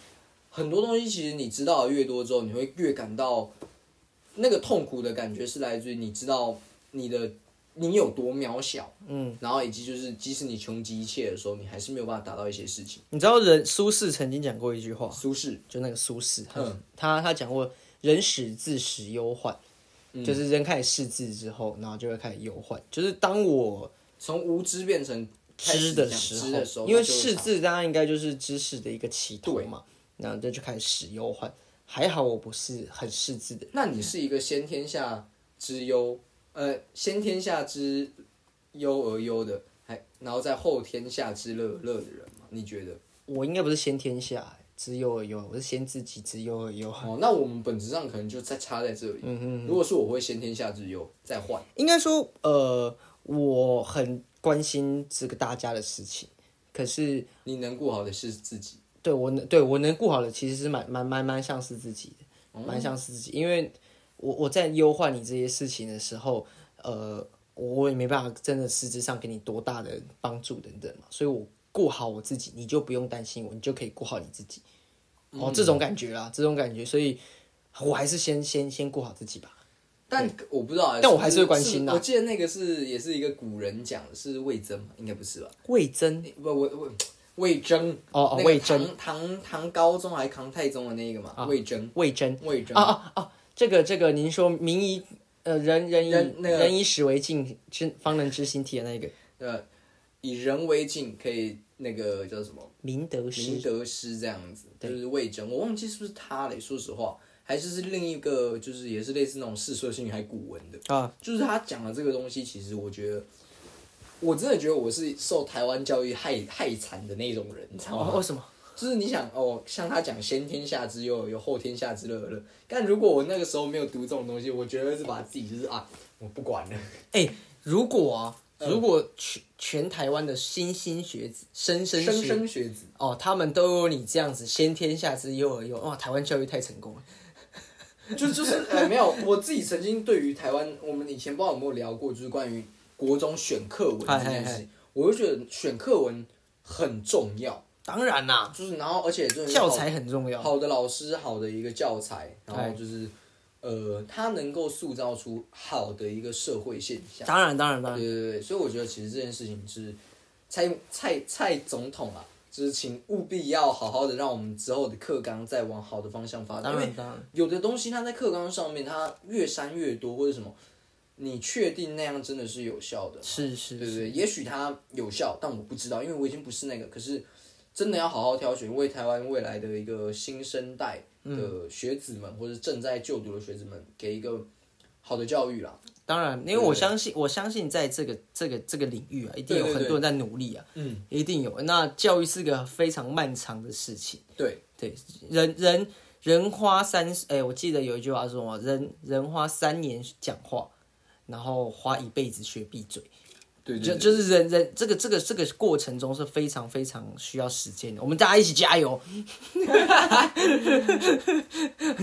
Speaker 1: 很多东西其实你知道的越多之后，你会越感到那个痛苦的感觉是来自于你知道你的你有多渺小，嗯，然后以及就是即使你穷极一切的时候，你还是没有办法达到一些事情。
Speaker 2: 你知道人苏轼曾经讲过一句话，
Speaker 1: 苏轼，
Speaker 2: 就那个苏轼，他、
Speaker 1: 嗯
Speaker 2: 他他讲过“人始自食忧患”，
Speaker 1: 嗯
Speaker 2: 就是人开始识字之后，然后就会开始忧患。就是当我
Speaker 1: 从无知变成开始
Speaker 2: 知的
Speaker 1: 想
Speaker 2: 时
Speaker 1: 知的时候，
Speaker 2: 因为
Speaker 1: 它就会
Speaker 2: 识
Speaker 1: 长
Speaker 2: 字当然应该就是知识的一个起头嘛，然后就就开始使忧患。还好我不是很识字的人，
Speaker 1: 那你是一个先天下之忧，呃，先天下之忧而忧的，还然后在后天下之乐而乐的人吗？你觉得？
Speaker 2: 我应该不是先天下之忧而忧，我是先自己之忧而忧。
Speaker 1: 哦，那我们本质上可能就在差在这里。嗯嗯。如果是我会先天下之忧，再换。
Speaker 2: 应该说，呃，我很关心这个大家的事情，可是
Speaker 1: 你能顾好的是自己。
Speaker 2: 对我能对我能顾好的，其实是蛮蛮蛮蛮像是自己
Speaker 1: 哦
Speaker 2: 的，蛮像是自己，因为我我在忧患你这些事情的时候，呃，我也没办法真的实质上给你多大的帮助等等嘛，所以我顾好我自己，你就不用担心我，你就可以顾好你自己。哦，
Speaker 1: 嗯
Speaker 2: 这种感觉啦，这种感觉，所以我还是先先先顾好自己吧。
Speaker 1: 但我不知道啊，
Speaker 2: 但我还
Speaker 1: 是
Speaker 2: 是会关心
Speaker 1: 的。
Speaker 2: 啊
Speaker 1: 我记得那个是也是一个古人讲的，是魏征嘛？应该不是吧？
Speaker 2: 魏征
Speaker 1: 不，我我魏征
Speaker 2: 哦哦
Speaker 1: 那个
Speaker 2: 魏征啊
Speaker 1: 唐唐唐高宗还是唐太宗的那个嘛？魏征，
Speaker 2: 魏征
Speaker 1: 魏征
Speaker 2: 啊啊啊！这个这个，您说民以呃人人以
Speaker 1: 人那个
Speaker 2: 人以史为镜，知方能知兴替的那个
Speaker 1: 呃，以人为镜，可以那个叫什么
Speaker 2: 明德师
Speaker 1: 明德师这样子，就是魏征，我忘记是不是他嘞。说实话，还是是另一个，就是也是类似那种世说新语还古文的，
Speaker 2: 啊，
Speaker 1: 就是他讲的这个东西，其实我觉得。我真的觉得我是受台湾教育害害惨的那种人，你知道吗？
Speaker 2: 哦为什么？
Speaker 1: 就是你想哦，像他讲先天下之忧而忧，后天下之乐而乐。但如果我那个时候没有读这种东西，我绝对是把自己就是啊，我不管了。
Speaker 2: 哎、如果啊，
Speaker 1: 嗯
Speaker 2: 如果全全台湾的莘莘学子、莘
Speaker 1: 莘
Speaker 2: 莘学
Speaker 1: 莘学子，
Speaker 2: 哦，他们都有你这样子先天下之忧而忧，哇，台湾教育太成功了。
Speaker 1: 就就是呃，没有，我自己曾经对于台湾，我们以前不知道有没有聊过，就是关于国中选课文这件
Speaker 2: 嗨嗨
Speaker 1: 事
Speaker 2: 嗨
Speaker 1: 情，我就觉得选课文很重要，
Speaker 2: 当然啦，
Speaker 1: 就是然后而且真的是
Speaker 2: 教
Speaker 1: 好
Speaker 2: 材啊哎很重要。
Speaker 1: 嗯好的老师，好的一个教材，然
Speaker 2: 嗨
Speaker 1: 后就是呃，它能够塑造出好的一个社会现象。
Speaker 2: 当然，当然，当
Speaker 1: 对
Speaker 2: 然，
Speaker 1: 对对，所以我觉得其实这件事情是蔡蔡蔡总统啊，就是请务必要好好的让我们之后的课纲再往好的方向发展，
Speaker 2: 当
Speaker 1: 因为
Speaker 2: 然，当然。
Speaker 1: 有的东西它在课纲上面，它越删越多或者什么，你确定那样真的是有效的？
Speaker 2: 是
Speaker 1: 对
Speaker 2: 是
Speaker 1: 不
Speaker 2: 是，
Speaker 1: 对？也许它有效，但我不知道，因为我已经不是那个。可是真的要好好挑选，为台湾未来的一个新生代的学子们，或者正在就读的学子们，给一个好的教育啦。
Speaker 2: 当然，因为我相信，我相信在这个这个这个领域啊，一定有
Speaker 1: 对对
Speaker 2: 很多人在努力啊，
Speaker 1: 嗯，
Speaker 2: 一定有。那教育是个非常漫长的事情。
Speaker 1: 对，
Speaker 2: 对，人人人花三十，哎、我记得有一句话说嘛，人人花三年讲话，然后花一辈子学闭嘴，
Speaker 1: 对对
Speaker 2: 就就是人人这个这个这个过程中是非常非常需要时间的。我们大家一起加油！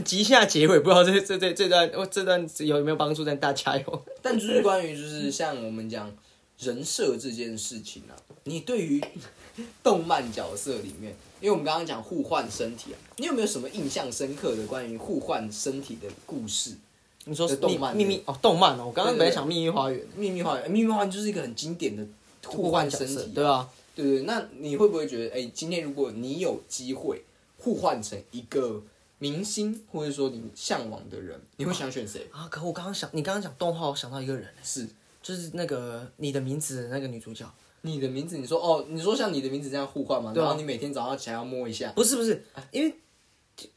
Speaker 2: 极下结尾，不知道这这这这段哦这段有没有帮助，但大家加油！
Speaker 1: 但就是关于就是像我们讲人设这件事情啊，你对于动漫角色里面，因为我们刚刚讲互换身体啊，你有没有什么印象深刻的关于互换身体的故事？
Speaker 2: 你说
Speaker 1: 这动
Speaker 2: 秘
Speaker 1: 漫
Speaker 2: 秘密哦，动漫哦，我刚刚
Speaker 1: 对对
Speaker 2: 本来
Speaker 1: 对
Speaker 2: 想秘密花园，
Speaker 1: 秘密花园，秘密花园就是一个很经典的互换
Speaker 2: 角
Speaker 1: 身
Speaker 2: 色
Speaker 1: 体，
Speaker 2: 对吧？
Speaker 1: 对对，那你会不会觉得，哎、今天如果你有机会互换成一个明星，或者说你向往的人，你会想选谁？
Speaker 2: 啊，可我刚刚想，你刚刚讲动画，我想到一个人，
Speaker 1: 是
Speaker 2: 就是那个你的名字的那个女主角，
Speaker 1: 你的名字，你说哦，你说像你的名字这样互换嘛，
Speaker 2: 对啊
Speaker 1: 然后你每天早上起来要摸一下，
Speaker 2: 不是不是，因为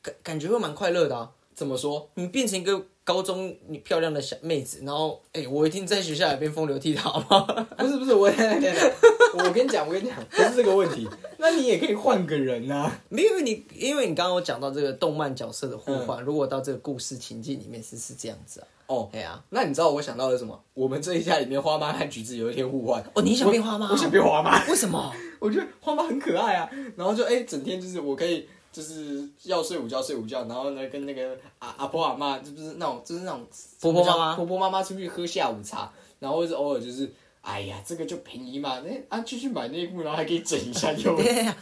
Speaker 2: 感感觉会蛮快乐的啊。
Speaker 1: 怎么说？
Speaker 2: 你变成一个高中你漂亮的小妹子，然后哎、我一定在学校也变风流倜傥吗？
Speaker 1: 不是不是，我我跟你讲，我跟你讲，不是这个问题。那你也可以换个人啊。
Speaker 2: 没有，因为你因为你刚刚有讲到这个动漫角色的互
Speaker 1: 嗯
Speaker 2: 换，如果到这个故事情境里面是是这样子啊，
Speaker 1: 哦，
Speaker 2: 哎呀、
Speaker 1: 那你知道我想到了什么？我们这一家里面，花妈和橘子有一天互换。
Speaker 2: 哦你想变花妈
Speaker 1: 我？我想变花妈。
Speaker 2: 为什么？
Speaker 1: 我觉得花妈很可爱啊，然后就哎、整天就是我可以就是要睡午觉睡午觉，然后呢跟那个阿阿婆阿妈就是那种就是那种
Speaker 2: 婆婆妈妈
Speaker 1: 婆婆妈妈出去喝下午茶，然后或者偶尔就是哎呀这个就便宜嘛，那、啊就去买内裤，然后还可以整一下 用，
Speaker 2: 对哎呀，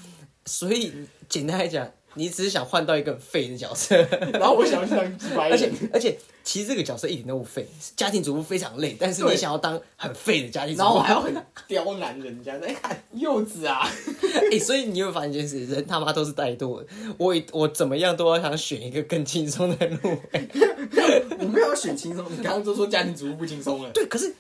Speaker 2: 所以简单来讲，你只是想换到一个很废的 角色，
Speaker 1: 然后我想不想几百
Speaker 2: 而且
Speaker 1: 人？
Speaker 2: 而且其实这个角色一点都不废，家庭主妇非常累，但是你
Speaker 1: 对
Speaker 2: 想要当很废的家庭主妇，
Speaker 1: 然后我还要很刁难人家，哎、看柚子啊，
Speaker 2: 哎、所以你有没有发现一件事，人他妈都是怠惰的。我一我怎么样都要想选一个更轻松的路。
Speaker 1: 你没有选轻松，你刚刚就说家庭主妇不轻松了。
Speaker 2: 对，可是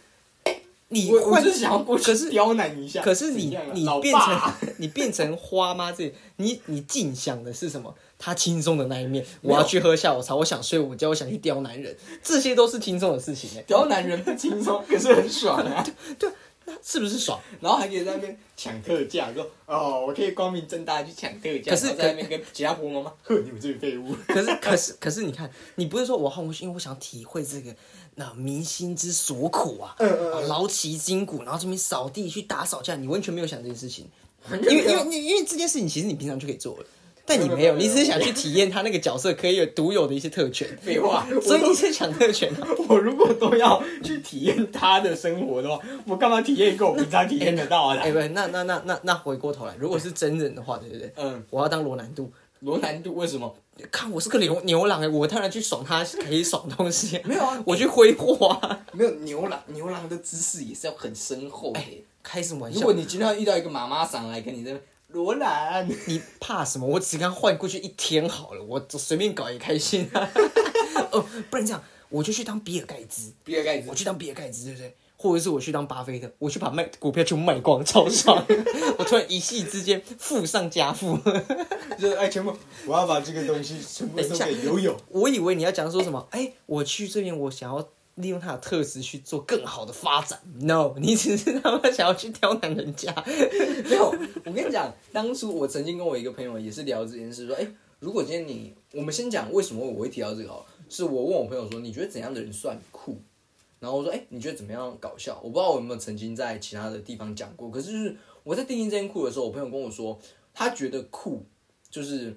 Speaker 2: 哎你
Speaker 1: 我我
Speaker 2: 换
Speaker 1: 就是想要过去
Speaker 2: 可是
Speaker 1: 刁难一下，
Speaker 2: 可是
Speaker 1: 怎
Speaker 2: 你
Speaker 1: 样啊
Speaker 2: 你
Speaker 1: 老
Speaker 2: 变
Speaker 1: 爸
Speaker 2: 成 你变成花妈这，你你尽想的是什么？他轻松的那一面，我要去喝下午茶，我想睡午觉，我想去刁难人，这些都是轻松的事情哎、
Speaker 1: 刁难人不轻松，可是很爽啊。
Speaker 2: 对，那是不是爽？
Speaker 1: 然后还可以在那边抢特价，说哦，我可以光明正大地去抢特价，
Speaker 2: 可是
Speaker 1: 然后在那边跟其他婆婆妈妈，呵，你们这些废物。
Speaker 2: 可是可是可是你看，你不是说我好我因为我想体会这个那民心之所苦啊，
Speaker 1: 嗯
Speaker 2: 啊劳其筋骨，然后这边扫地去打扫架，你完全没有想这件事情， 因 为因为因为因为这件事情其实你平常就可以做了。但啊你没
Speaker 1: 没有
Speaker 2: 有，
Speaker 1: 没
Speaker 2: 你
Speaker 1: 有
Speaker 2: 只是想去体验他那个角色可以有独有的一些特 权，
Speaker 1: 废话，
Speaker 2: 所
Speaker 1: 我
Speaker 2: 以你是抢特权啊。
Speaker 1: 我如果都要去体验他的生活的话，我干嘛体验一个我平常体验得到
Speaker 2: 哎，
Speaker 1: 的？啊
Speaker 2: 不，那那那那那回过头来，如果是真人的话，对不对？
Speaker 1: 嗯，
Speaker 2: 我要当罗南度，
Speaker 1: 罗南度为什么？
Speaker 2: 看我是个牛牛郎哎，我当然去爽他可以爽东西，
Speaker 1: 没有啊
Speaker 2: 我去挥霍啊，
Speaker 1: 没有牛郎，牛郎的知识也是要很深厚的。
Speaker 3: 哎
Speaker 2: 开什么玩笑？
Speaker 1: 如果你今天要遇到一个妈妈桑来跟你这边罗兰，
Speaker 2: 你怕什么？我只刚换过去一天好了，我随便搞也开心 啊。哦，不然这样，我就去当比尔盖茨，
Speaker 1: 比尔盖茨
Speaker 2: 我，去当比尔盖茨，对不对？或者是我去当巴菲特，我去把卖股票全部卖光，超爽！ 我突然一夕之间富上加富。
Speaker 1: 就是哎，全部我要把这个东西全部
Speaker 2: 等一
Speaker 1: 送
Speaker 2: 下
Speaker 1: 给友友。
Speaker 2: 我以为你要讲说什么，哎、我去这边，我想要利用他的特质去做更好的发展。No，你只是他妈想要去刁难人家。
Speaker 1: 没有，我跟你讲，当初我曾经跟我一个朋友也是聊这件事，说，哎、如果今天你，我们先讲为什么我会提到这个哦，是我问我朋友说，你觉得怎样的人算酷？然后我说，哎、你觉得怎么样搞笑？我不知道我有没有曾经在其他的地方讲过，可是就是我在定义这件酷的时候，我朋友跟我说，他觉得酷就是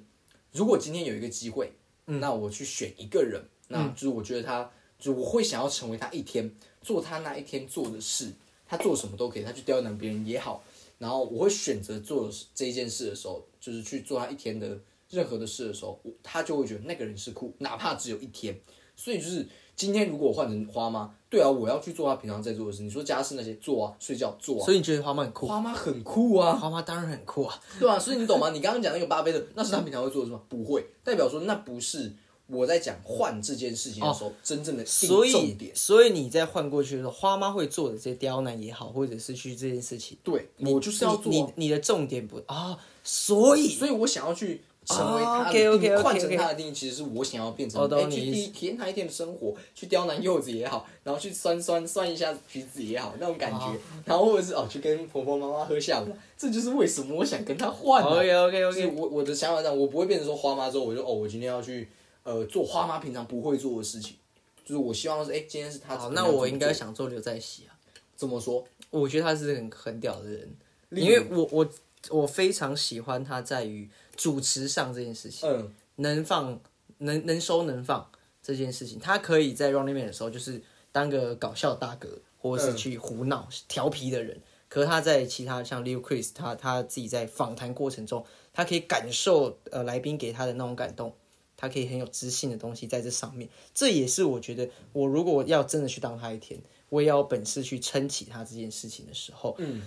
Speaker 1: 如果今天有一个机会，那我去选一个人，那就是我觉得他，就我会想要成为他一天，做他那一天做的事，他做什么都可以，他去刁难别人也好，然后我会选择做这一件事的时候，就是去做他一天的任何的事的时候，我他就会觉得那个人是酷，哪怕只有一天。所以就是今天如果我换成花妈，对啊，我要去做他平常在做的事。你说家事那些做啊，睡觉做啊，
Speaker 2: 所以你觉得花妈很酷？
Speaker 1: 花妈很酷啊。
Speaker 2: 花妈当然很酷啊！
Speaker 1: 对啊，所以你懂吗？你刚刚讲那个巴菲特，那是他平常会做的事吗？不会，代表说那不是我在讲换这件事情的时候、真正的定
Speaker 2: 所
Speaker 1: 重
Speaker 2: 以
Speaker 1: 点。，
Speaker 2: 所以你再换过去的时候，花妈会做的这些刁难也好，或者是去这件事情，
Speaker 1: 对，我就是要做
Speaker 2: 你
Speaker 1: 啊、
Speaker 2: 你你的重点不啊、所以
Speaker 1: 所以我想要去成为他的定义，
Speaker 2: 哦，OK，OK，OK，OK
Speaker 1: 换成他的定义，其实是我想要变成，
Speaker 2: 我
Speaker 1: 哎、
Speaker 2: 懂你
Speaker 1: 去
Speaker 2: 意思
Speaker 1: 体体验他一天的生活，去刁难柚子也好，然后去酸酸酸一下橘子也好，那种感觉，然后或者是哦，去跟婆婆妈妈喝下午茶，这就是为什么我想跟他换、啊。
Speaker 2: OK OK
Speaker 1: 就是
Speaker 2: OK，
Speaker 1: 我我的想法是这样，我不会变成说花妈之后我就哦，我今天要去呃做花妈平常不会做的事情，就是我希望是哎、今天是她。
Speaker 2: 哦好，那我应该想做刘在熙啊，
Speaker 1: 怎么说？
Speaker 2: 我觉得他是很很屌的人，因为我我我非常喜欢他在于主持上这件事情，
Speaker 1: 嗯，
Speaker 2: 能放能能收能放这件事情，他可以在 Running Man 的时候就是当个搞笑大哥，或者是去胡闹调皮的人。可是他在其他像 Leo Chris，他他自己在访谈过程中，他可以感受呃来宾给他的那种感动，他可以很有知性的东西在这上面。这也是我觉得，我如果要真的去当他一天，我也要有本事去撑起他这件事情的时候，嗯，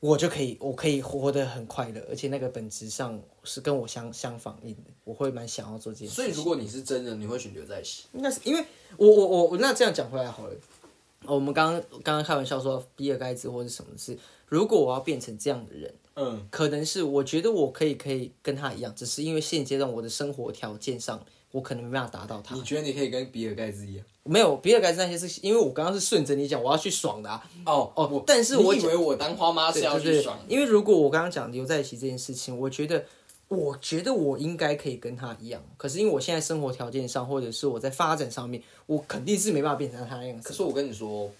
Speaker 2: 我就可以，我可以活得很快乐，而且那个本质上是跟我相相反应的，我会蛮想要做这件事。
Speaker 1: 所以如果你是真人，你会选刘在熙？
Speaker 2: 那是因为我我我我那这样讲回来好了，我们刚刚刚刚开玩笑说比尔盖茨或者什么是，如果我要变成这样的人，
Speaker 3: 嗯，
Speaker 2: 可能是我觉得我可以可以跟他一样，只是因为现阶段我的生活条件上，我可能没办法达到他。
Speaker 3: 你觉得你可以跟比尔盖茨一样？
Speaker 2: 没有比尔盖茨那些是因为我刚刚是顺着你讲，我要去爽的、啊。
Speaker 3: 哦
Speaker 2: 哦但是
Speaker 3: 你
Speaker 2: 我
Speaker 3: 以为我当花妈是要
Speaker 2: 对
Speaker 3: 去
Speaker 2: 对
Speaker 3: 爽，
Speaker 2: 因为如果我刚刚讲留在一起这件事情，我觉得，我觉得我应该可以跟他一样，可是因为我现在生活条件上，或者是我在发展上面，我肯定是没办法变成他那样
Speaker 3: 可
Speaker 2: 子。
Speaker 3: 是我跟你说，哦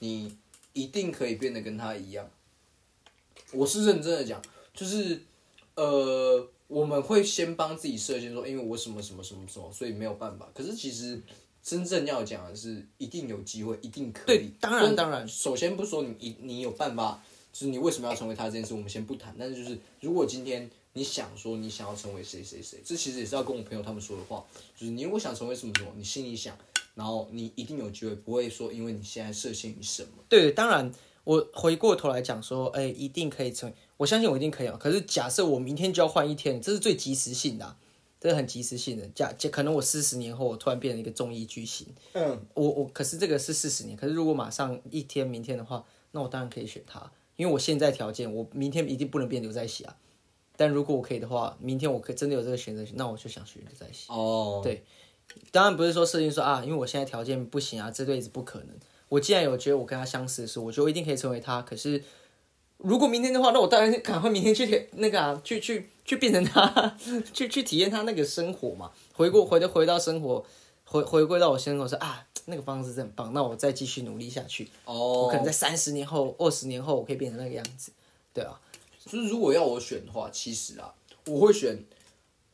Speaker 3: 你一定可以变得跟他一样。我是认真的讲，就是呃，我们会先帮自己设限，说因为我什么什么什么什么，所以没有办法。可是其实真正要讲的是，一定有机会，一定可以。
Speaker 2: 对当然当然
Speaker 3: 首先不说你一你有办法，就是你为什么要成为他这件事，我们先不谈。但是就是如果今天。你想说你想要成为谁谁谁，这其实也是要跟我朋友他们说的话，就是你如果想成为什么什么，你心里想，然后你一定有机会，不会说因为你现在设限于什么。
Speaker 2: 对，当然我回过头来讲说，哎，一定可以成为，我相信我一定可以啊。可是假设我明天就要换一天，这是最及时性的啊、这是很及时性的。假假可能我四十年后，我突然变成一个综艺巨星，
Speaker 3: 嗯，
Speaker 2: 我我可是这个是四十年，可是如果马上一天明天的话，那我当然可以选他，因为我现在条件，我明天一定不能变刘在熙啊。但如果我可以的话，明天我可以真的有这个选择权，那我就想选刘在熙。
Speaker 3: 哦，对，
Speaker 2: 当然不是说设定说啊，因为我现在条件不行啊，这辈子不可能。我既然有觉得我跟他相似的时候，我就一定可以成为他。可是如果明天的话，那我当然赶快明天去那个啊，去去去变成他， 去去体验他那个生活嘛。回过回的回到生活，回回归到我生活说啊，那个方式真的很棒，那我再继续努力下去。我
Speaker 3: 哦，
Speaker 2: 可能在三十年后、二十年后，我可以变成那个样子。对啊，
Speaker 3: 就是如果要我选的话，其实啊，我会选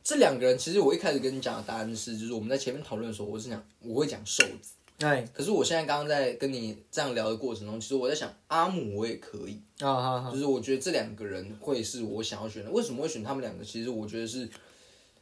Speaker 3: 这两个人。其实我一开始跟你讲的答案是，就是我们在前面讨论的时候，我是想我会讲瘦子，
Speaker 2: 哎，
Speaker 3: 可是我现在刚刚在跟你这样聊的过程中，其实我在想阿姆我也可以，
Speaker 2: 啊好好，
Speaker 3: 就是我觉得这两个人会是我想要选的。为什么会选他们两个？其实我觉得是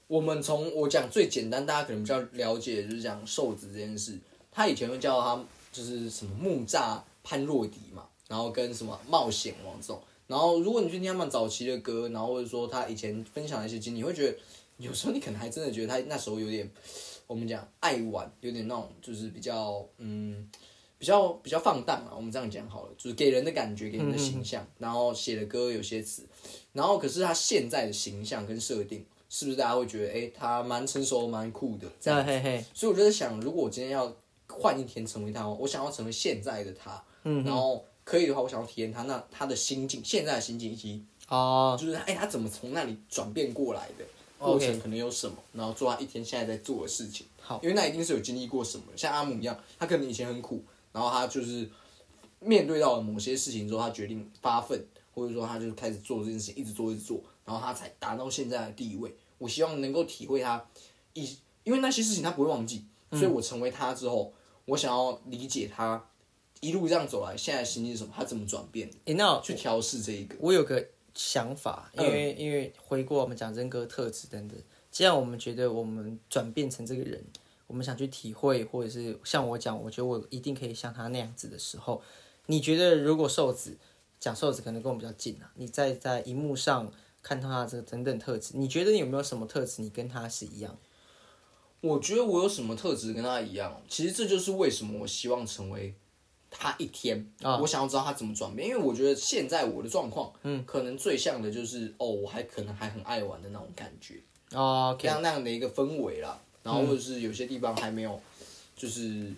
Speaker 3: 我们从我讲最简单，大家可能比较了解，就是讲瘦子这件事。他以前会叫他就是什么木栅潘若迪嘛，然后跟什么冒险王这种。然后如果你去听他们早期的歌，然后或者说他以前分享的一些经历，你会觉得有时候你可能还真的觉得他那时候有点， 我们讲爱玩，有点那种就是比较嗯。比较比较放荡啊，我们这样讲好了，就是给人的感觉，给人的形象，然后写的歌有些词，然后可是他现在的形象跟设定，是不是大家会觉得，哎、他蛮成熟，蛮酷的这
Speaker 2: 这
Speaker 3: 样？
Speaker 2: 样嘿嘿，
Speaker 3: 所以我就在想，如果我今天要换一天成为他，我想要成为现在的他，嗯，然后可以的话，我想要体验他那他的心境，现在的心境以及
Speaker 2: 哦，
Speaker 3: 就是哎、他怎么从那里转变过来的过
Speaker 2: OK
Speaker 3: 程，可能有什么，然后做他一天现在在做的事情。
Speaker 2: 好，
Speaker 3: 因为那一定是有经历过什么，像阿姆一样，他可能以前很苦，然后他就是面对到了某些事情之后，他决定发奋，或者说他就开始做这件事情，一直做一直做，然后他才达到现在的地位。我希望能够体会他，以因为那些事情他不会忘记，
Speaker 2: 嗯
Speaker 3: 所以我成为他之后，我想要理解他一路这样走来，现在的心境是什么，他怎么转变的，
Speaker 2: 诶那
Speaker 3: 去调试这一个。
Speaker 2: 我有个想法，因
Speaker 3: 嗯
Speaker 2: 为、因为回顾我们讲人格特质等等，既然我们觉得我们转变成这个人，我们想去体会，或者是像我讲，我觉得我一定可以像他那样子的时候，你觉得如果瘦子讲瘦子可能跟我们比较近啊，你在在荧幕上看到他这个等等特质，你觉得你有没有什么特质你跟他是一样？
Speaker 3: 我觉得我有什么特质跟他一样哦？其实这就是为什么我希望成为他一天，我想要知道他怎么转变，因为我觉得现在我的状况，嗯，可能最像的就是哦，我还可能还很爱玩的那种感觉，
Speaker 2: 哦
Speaker 3: 这样那样的一个氛围啦。然后或者是有些地方还没有，就是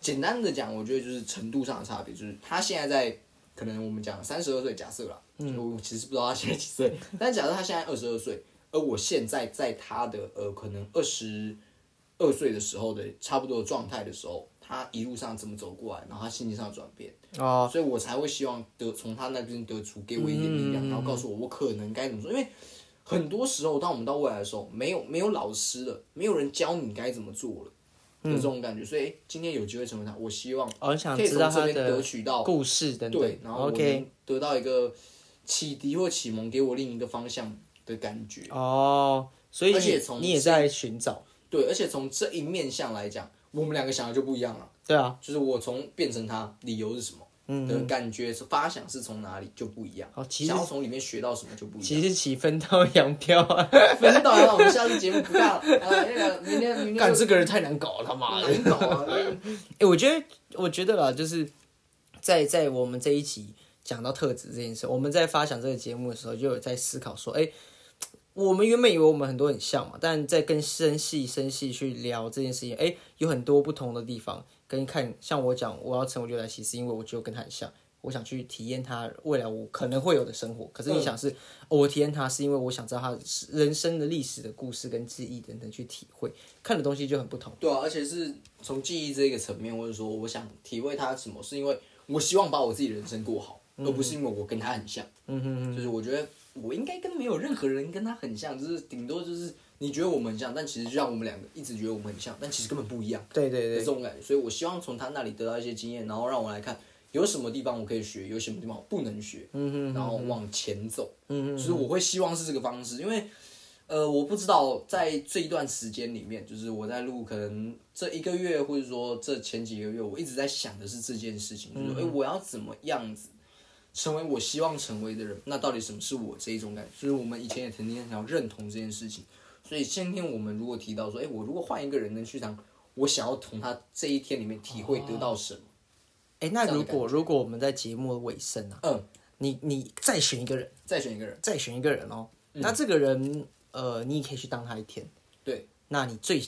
Speaker 3: 简单的讲，我觉得就是程度上的差别，就是他现在在可能我们讲三十二岁，假设啦，嗯，我其实不知道他现在几岁，但假设他现在二十二岁，而我现在在他的呃可能二十二岁的时候的差不多的状态的时候，他一路上怎么走过来，然后他心情上的转变，
Speaker 2: 哦，
Speaker 3: 所以我才会希望得从他那边得出给我一点力
Speaker 2: 嗯
Speaker 3: 量，然后告诉我我可能该怎么做。因为很多时候，当我们到未来的时候，没有没有老师了，没有人教你该怎么做了。的这种感觉，所以、诶今天有机会成为他，我希望
Speaker 2: 我很哦想
Speaker 3: 可以
Speaker 2: 知道
Speaker 3: 从这
Speaker 2: 他
Speaker 3: 边
Speaker 2: 的
Speaker 3: 得取到
Speaker 2: 故事等等。
Speaker 3: 对，然后我
Speaker 2: OK
Speaker 3: 能得到一个启迪或启蒙，给我另一个方向的感觉。
Speaker 2: 哦，所以
Speaker 3: 而且
Speaker 2: 你
Speaker 3: 从
Speaker 2: 你也在寻找，
Speaker 3: 对，而且从这一面向来讲，我们两个想的就不一样了。
Speaker 2: 对啊，
Speaker 3: 就是我从变成他，理由是什么？的感觉是发想是从哪里就不一样，
Speaker 2: 哦嗯其实
Speaker 3: 想要从里面学到什么就不一样。哎
Speaker 2: 其实起分道扬镳啊！
Speaker 3: 分到了，我们下次节目不干了，啊，那个明天明天
Speaker 2: 干
Speaker 3: 就
Speaker 2: 这个人太难搞了，他妈的！
Speaker 3: 难搞啊，
Speaker 2: 哎、我觉得，我觉得啦，就是在在我们这一期讲到特质这件事，我们在发想这个节目的时候，就有在思考说，哎、我们原本以为我们很多很像嘛，但在更深细深细去聊这件事情，哎、有很多不同的地方。跟看像我讲，我要成为刘莱西，是因为我觉得我跟他很像，我想去体验他未来我可能会有的生活。可是你想是，哦我体验他是因为我想知道他人生的历史的故事跟记忆等等去体会，看的东西就很不同。
Speaker 3: 对啊，而且是从记忆这个层面，或者说我想体会他什么，是因为我希望把我自己的人生过好，而不是因为我跟他很像。嗯哼就是我觉得我应该跟没有任何人跟他很像，就是顶多就是你觉得我们很像，但其实就像我们两个一直觉得我们很像，但其实根本不一样。
Speaker 2: 对对对
Speaker 3: 这，种感觉，所以我希望从他那里得到一些经验，然后让我来看有什么地方我可以学，有什么地方我不能学，嗯然后往前走，嗯嗯，就是我会希望是这个方式，因为呃，我不知道在这一段时间里面，就是我在录可能这一个月或者说这前几个月，我一直在想的是这件事情，就是哎、诶我要怎么样子。成为我希望成为的人，那到底什么是我这一种感觉？就是我们以前也曾经很想要认同这件事情，所以今天我们如果提到说，哎、我如果换一个人能去当，我想要从他这一天里面体会得到什么？
Speaker 2: 哎、那
Speaker 3: 这样
Speaker 2: 如
Speaker 3: 的感
Speaker 2: 果如果我们在节目的尾声啊，
Speaker 3: 嗯，
Speaker 2: 你你再选一个人，
Speaker 3: 再选一个人，
Speaker 2: 再选一个人哦，
Speaker 3: 嗯
Speaker 2: 那这个人呃，你也可以去当他一天。
Speaker 3: 对，
Speaker 2: 那你最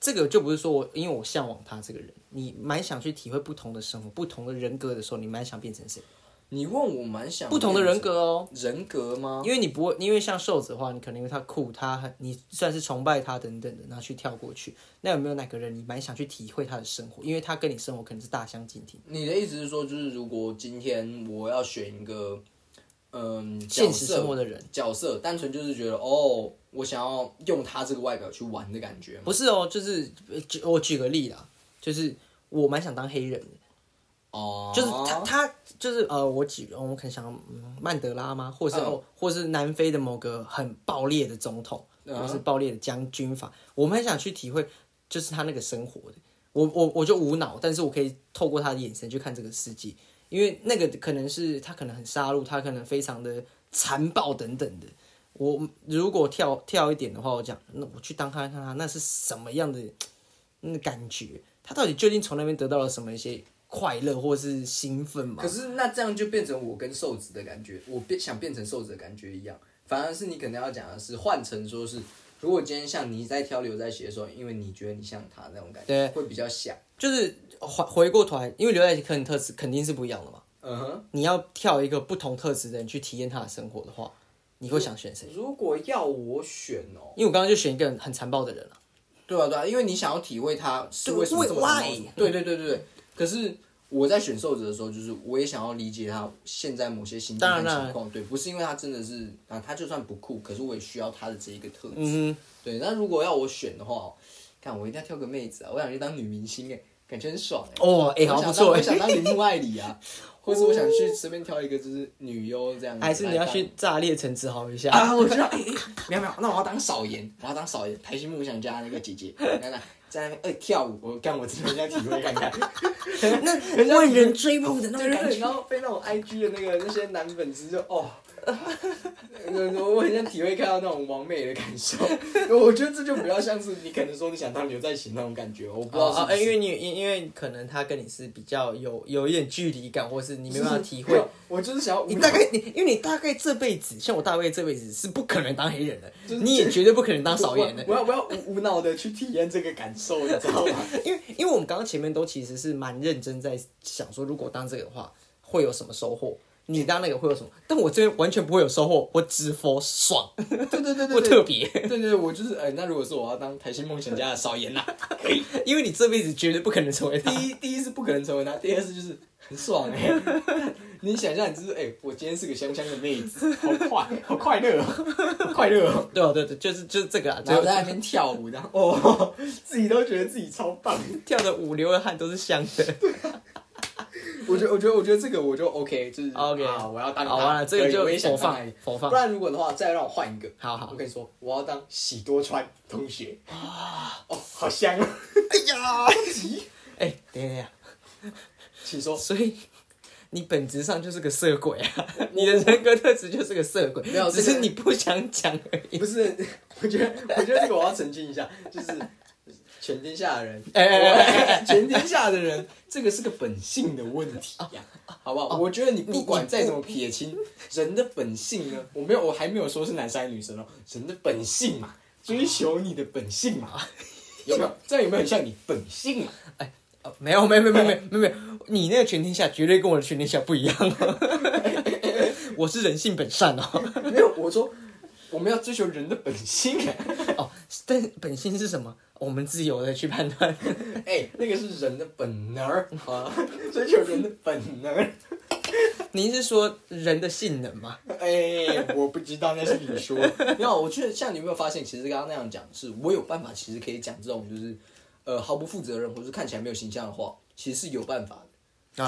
Speaker 2: 这个就不是说我，因为我向往他这个人，你蛮想去体会不同的生活、不同的人格的时候，你蛮想变成谁？
Speaker 3: 你问我蛮想
Speaker 2: 不同的人
Speaker 3: 变
Speaker 2: 格哦，
Speaker 3: 成人格吗？
Speaker 2: 因为你不会，因为像瘦子的话，你可能因为他酷，他很你算是崇拜他等等的，然后去跳过去。那有没有哪个人你蛮想去体会他的生活？因为他跟你生活可能是大相径庭。
Speaker 3: 你的意思是说，就是如果今天我要选一个，嗯，
Speaker 2: 现实生活
Speaker 3: 的
Speaker 2: 的人
Speaker 3: 角色，单纯就是觉得哦，我想要用他这个外表去玩的感觉吗。
Speaker 2: 不是哦，就是呃举我举个例啦，就是我蛮想当黑人的，
Speaker 3: 哦，
Speaker 2: 就是他他就是呃，我举哦我可能想嗯曼德拉吗，或是、
Speaker 3: 嗯
Speaker 2: 哦，或是南非的某个很暴烈的总统，
Speaker 3: 嗯
Speaker 2: 或是暴烈的将军法，我们很想去体会，就是他那个生活的。我我我就无脑，但是我可以透过他的眼神去看这个世界，因为那个可能是他可能很杀戮，他可能非常的残暴等等的。我如果跳跳一点的话，我讲，那我去当他看他那是什么样的那感觉，他到底究竟从那边得到了什么一些快乐或是兴奋嘛
Speaker 3: 可？是那这样就变成我跟瘦子的感觉，我变想变成瘦子的感觉一样。反而是你可能要讲的是，换成说是，如果今天像你在挑刘在写的时候，因为你觉得你像他那种感觉，
Speaker 2: 对
Speaker 3: 会比较像。
Speaker 2: 就是回回过头来，因为刘在肯特质肯定是不一样的嘛。
Speaker 3: 嗯哼，
Speaker 2: 你要跳一个不同特质的人去体验他的生活的话，你会想选谁？
Speaker 3: 如果要我选哦，
Speaker 2: 因为我刚刚就选一个很残暴的人了、
Speaker 3: 对啊对啊，因为你想要体会他是
Speaker 2: 对
Speaker 3: 为什么这么
Speaker 2: why？
Speaker 3: 难对对对对对。可是我在选瘦子的时候，就是我也想要理解他现在某些心境
Speaker 2: 当然
Speaker 3: 跟
Speaker 2: 当然
Speaker 3: 情况，对，不是因为他真的是啊，他就算不酷，可是我也需要他的这一个特质。
Speaker 2: 嗯，
Speaker 3: 对，那如果要我选的话，看我一定要挑个妹子啊，我想去当女明星哎、感觉很爽哎、
Speaker 2: 哦，哎、
Speaker 3: 我
Speaker 2: 好
Speaker 3: 想
Speaker 2: 不错
Speaker 3: 当我
Speaker 2: 哎、
Speaker 3: 想当铃木爱 里啊，或是我想去随便挑一个就是女优这样子来当。
Speaker 2: 还是你要去炸裂城自豪一下？
Speaker 3: 啊？我知道，哎、哎没有没有， 那我要当少爷，我要当少爷，台新梦想家那个姐 姐，那那在那边哎、跳舞，我干我真的很想体会看看。
Speaker 2: 那万人追捧的那
Speaker 3: 对
Speaker 2: 种
Speaker 3: 对
Speaker 2: 感
Speaker 3: 对，
Speaker 2: 觉。
Speaker 3: 然后被那种 IG 的那个那些男粉丝就 哦，我我很想体会看到那种完美的感受。 我觉得这就比较像是你可能说你想当刘在行那种感觉，我不知道
Speaker 2: 哦
Speaker 3: 是
Speaker 2: 哦
Speaker 3: 不
Speaker 2: 哎
Speaker 3: 是。
Speaker 2: 因为你因因为可能他跟你是比较有有一点距离感，或是你没
Speaker 3: 就是
Speaker 2: 办法体会。，
Speaker 3: 我就是想要
Speaker 2: 你大概你因为你大概这辈子，像我大概这辈子是不可能当黑 人的，
Speaker 3: 就是
Speaker 2: 你也绝对不可能当少 爷的。
Speaker 3: 我要我要无无脑的去体验这个感受，你知道吗？
Speaker 2: 因为因为我们刚刚前面都其实是蛮认真在想说，如果当这个的话会有什么收获，你当那个会有什么？但我这边完全不会有收获，我 只 for 爽，
Speaker 3: 对对对
Speaker 2: 不特。别，
Speaker 3: 对对对，我就是哎、那如果是我要当台新梦想家的少言呐、
Speaker 2: 因为你这辈子绝对不可能成为他。
Speaker 3: 第一 第一是不可能成为他，第二是就是很爽哎、 你想象你就是哎、我今天是个香香的妹 子，好快，好快乐哦、好快乐、哦。
Speaker 2: 对啊，对对，就是就是这个啊，
Speaker 3: 然后
Speaker 2: 就
Speaker 3: 在那边跳舞，然后哦， 自己都觉得自己超棒。
Speaker 2: 跳的五流的汗都是香的。
Speaker 3: 我觉得，我觉得，我觉得这个我就 OK，就是
Speaker 2: OK
Speaker 3: 啊，我要 当
Speaker 2: 好完
Speaker 3: 他，
Speaker 2: 了，这个
Speaker 3: 可以
Speaker 2: 就
Speaker 3: 我也想
Speaker 2: 否
Speaker 3: 当他
Speaker 2: 放否放
Speaker 3: 不。然如果的话，再让我换一个。
Speaker 2: 好好
Speaker 3: 我跟你说，我要当喜多川同学。哦，好香啊！哎呀，
Speaker 2: 哎，等一下等一下，
Speaker 3: 请说。
Speaker 2: 所以你本质上就是个色鬼啊，你的人格特质就是个色鬼
Speaker 3: 没有，
Speaker 2: 只
Speaker 3: 这
Speaker 2: 是
Speaker 3: 个
Speaker 2: 你不想讲而已。
Speaker 3: 不是，我觉得，我觉得这个我要澄清一下，就是全天下的人，
Speaker 2: 哎哎
Speaker 3: 我 全天下的人，这个是个本性的问题呀、好不好？我觉得哦你不管再怎么撇清，人的本性呢，我没有，我还没有说是男生还是女生哦，人的本性嘛，追求你的本性嘛，有没有？ 这样有没有很像你本性啊嘛？
Speaker 2: 哦没有没有没有没有没有没有没有，你那个全天下绝对跟我的全天下不一样、哦 我是人性本善哦。
Speaker 3: 没有，我说我们要追求人的本性、啊，
Speaker 2: 哦，但本性是什么？我们自由的去判断。
Speaker 3: 哎、那个是人的本能 儿啊，追求人的本能儿。
Speaker 2: 您是说人的性能吗？
Speaker 3: 哎、我不知道那是你说。没有，我觉得像你有没有发现，其实刚刚那样讲，是我有办法，其实可以讲这种就是，呃，毫不负责任或者是看起来没有形象的话，其实是有办法的。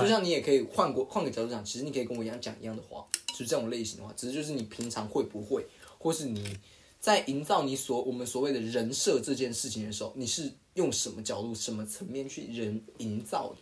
Speaker 3: 就像你也可以换过换个角度讲，其实你可以跟我一样讲一样的话，就是这种类型的话，只是就是你平常会不会，或是你在营造你所我们所谓的人设这件事情的时候，你是用什么角度、什么层面去人营造的？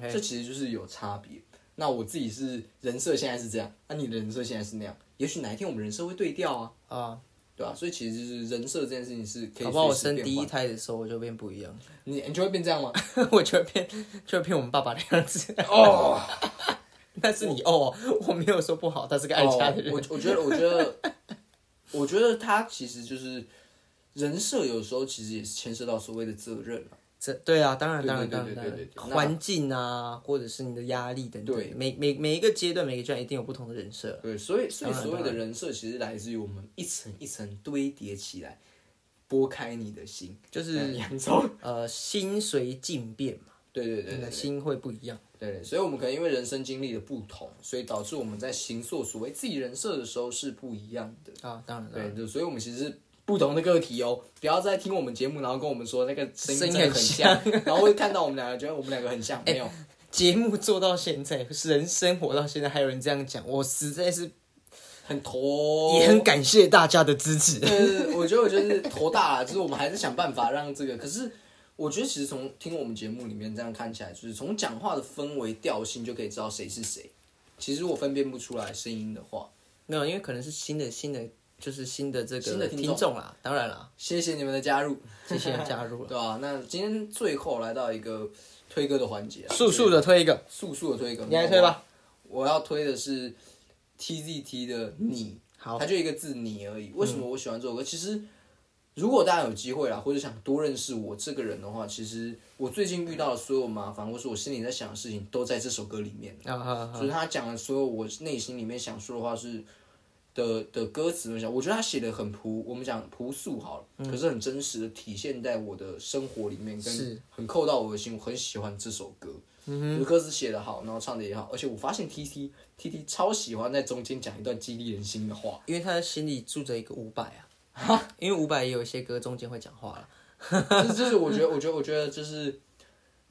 Speaker 2: 对，
Speaker 3: 这其实就是有差别。那我自己是人设现在是这样，那、你的人设现在是那样，也许哪一天我们人设会对调啊，
Speaker 2: 啊，
Speaker 3: 对吧、所以其实就是人设这件事情是可以
Speaker 2: 好不好？我
Speaker 3: 随
Speaker 2: 生
Speaker 3: 时变
Speaker 2: 第一
Speaker 3: 换的。
Speaker 2: 胎的时候我就变不一样，
Speaker 3: 你你就会变这样吗？
Speaker 2: 我就会变就会变我们爸爸的样子。
Speaker 3: 哦，
Speaker 2: 但是你哦，我没有说不好，他是个爱家的人。
Speaker 3: 哎哦我我觉得，我觉得，我觉得他其实就是人设，有时候其实也是牵涉到所谓的责任啊。
Speaker 2: 这对啊，当然
Speaker 3: 对
Speaker 2: 当然
Speaker 3: 对
Speaker 2: 当然
Speaker 3: 对
Speaker 2: 当
Speaker 3: 对
Speaker 2: 然
Speaker 3: 对，对那
Speaker 2: 环境啊，或者是你的压力等等，
Speaker 3: 对
Speaker 2: 每每每一个阶段每个阶段一定有不同的人设。
Speaker 3: 对，所以所以
Speaker 2: 当然
Speaker 3: 所谓的
Speaker 2: 当然
Speaker 3: 人设，其实来自于我们一层一层堆叠起来，拨开你的心，
Speaker 2: 就是
Speaker 3: 洋葱。
Speaker 2: 呃，心随境变嘛，
Speaker 3: 对对对对
Speaker 2: 你
Speaker 3: 对
Speaker 2: 的心会不一样。
Speaker 3: 对，所以我们可能因为人生经历的不同，所以导致我们在行塑所谓自己人设的时候是不一样的。
Speaker 2: 啊，当然当然
Speaker 3: 对，就所以我们其实是不同的个体哦，不要再听我们节目，然后跟我们说那个声音
Speaker 2: 声音
Speaker 3: 真的很
Speaker 2: 很
Speaker 3: 像，然后会看到我们两个觉得我们两个很像，没有，
Speaker 2: 节目做到现在，人生活到现在，还有人这样讲，我实在是
Speaker 3: 很头
Speaker 2: 也很。感谢大家的支持。
Speaker 3: 哦对对对，我觉得我就是头大了，啊就是我们还是想办法让这个。可是我觉得其实从听我们节目里面这样看起来，就是从讲话的氛围调性就可以知道谁是谁。其实我分辨不出来声音的话，
Speaker 2: 没有，因为可能是新的新的，就是新的这个
Speaker 3: 新的听众
Speaker 2: 众啦，当然啦，
Speaker 3: 谢谢你们的加入。
Speaker 2: 谢谢加入了。
Speaker 3: 对啊，那今天最后来到一个推歌的环节啊，
Speaker 2: 速速的推一个，
Speaker 3: 速速的推歌，
Speaker 2: 你来推吧。
Speaker 3: 我要推的是 TZT 的你，
Speaker 2: 好嗯
Speaker 3: 它就一个字你而已。为什么我喜欢这首歌？其实如果大家有机会啦，或者想多认识我这个人的话，其实我最近遇到的所有麻烦，或是我心里在想的事情，都在这首歌里面。
Speaker 2: 啊啊
Speaker 3: 就是他讲的所有我内心里面想说的话是的的歌词，我想我觉得他写的很朴，我们讲朴素好了，可是很真实的体现在我的生活里面，跟
Speaker 2: 是
Speaker 3: 很扣到我的心，我很喜欢这首歌。嗯歌词写的好，然后唱的也好，而且我发现 T T T T 超喜欢在中间讲一段激励人心的话，
Speaker 2: 因为他心里住着一个伍佰啊，因为伍佰也有一些歌中间会讲话了。
Speaker 3: 这就是我觉得，我觉得，我觉得就是，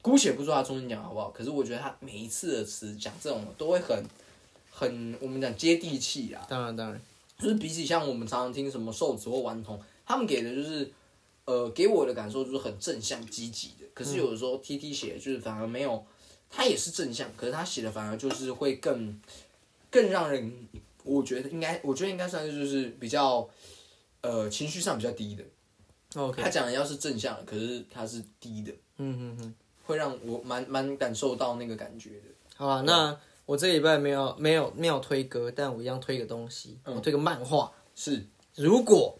Speaker 3: 姑且不说他中间讲好不好，可是我觉得他每一次的词讲这种都会很很我们讲接地气啊，
Speaker 2: 当然当然，
Speaker 3: 就是比起像我们常常听什么瘦子或顽童，他们给的就是，呃，给我的感受就是很正向积极的。可是有的时候 T T 写的就是反而没有，他也是正向，可是他写的反而就是会更，更让人，我觉得应该，我觉得应该算是就是比较，呃，情绪上比较低的。
Speaker 2: OK，
Speaker 3: 他讲的要是正向的，可是他是低的，
Speaker 2: 嗯嗯嗯，
Speaker 3: 会让我蛮蛮感受到那个感觉的。
Speaker 2: 好吧，那我这礼拜没有没有没有推歌，但我一样推一个东西，我推个漫画。
Speaker 3: 是，
Speaker 2: 如果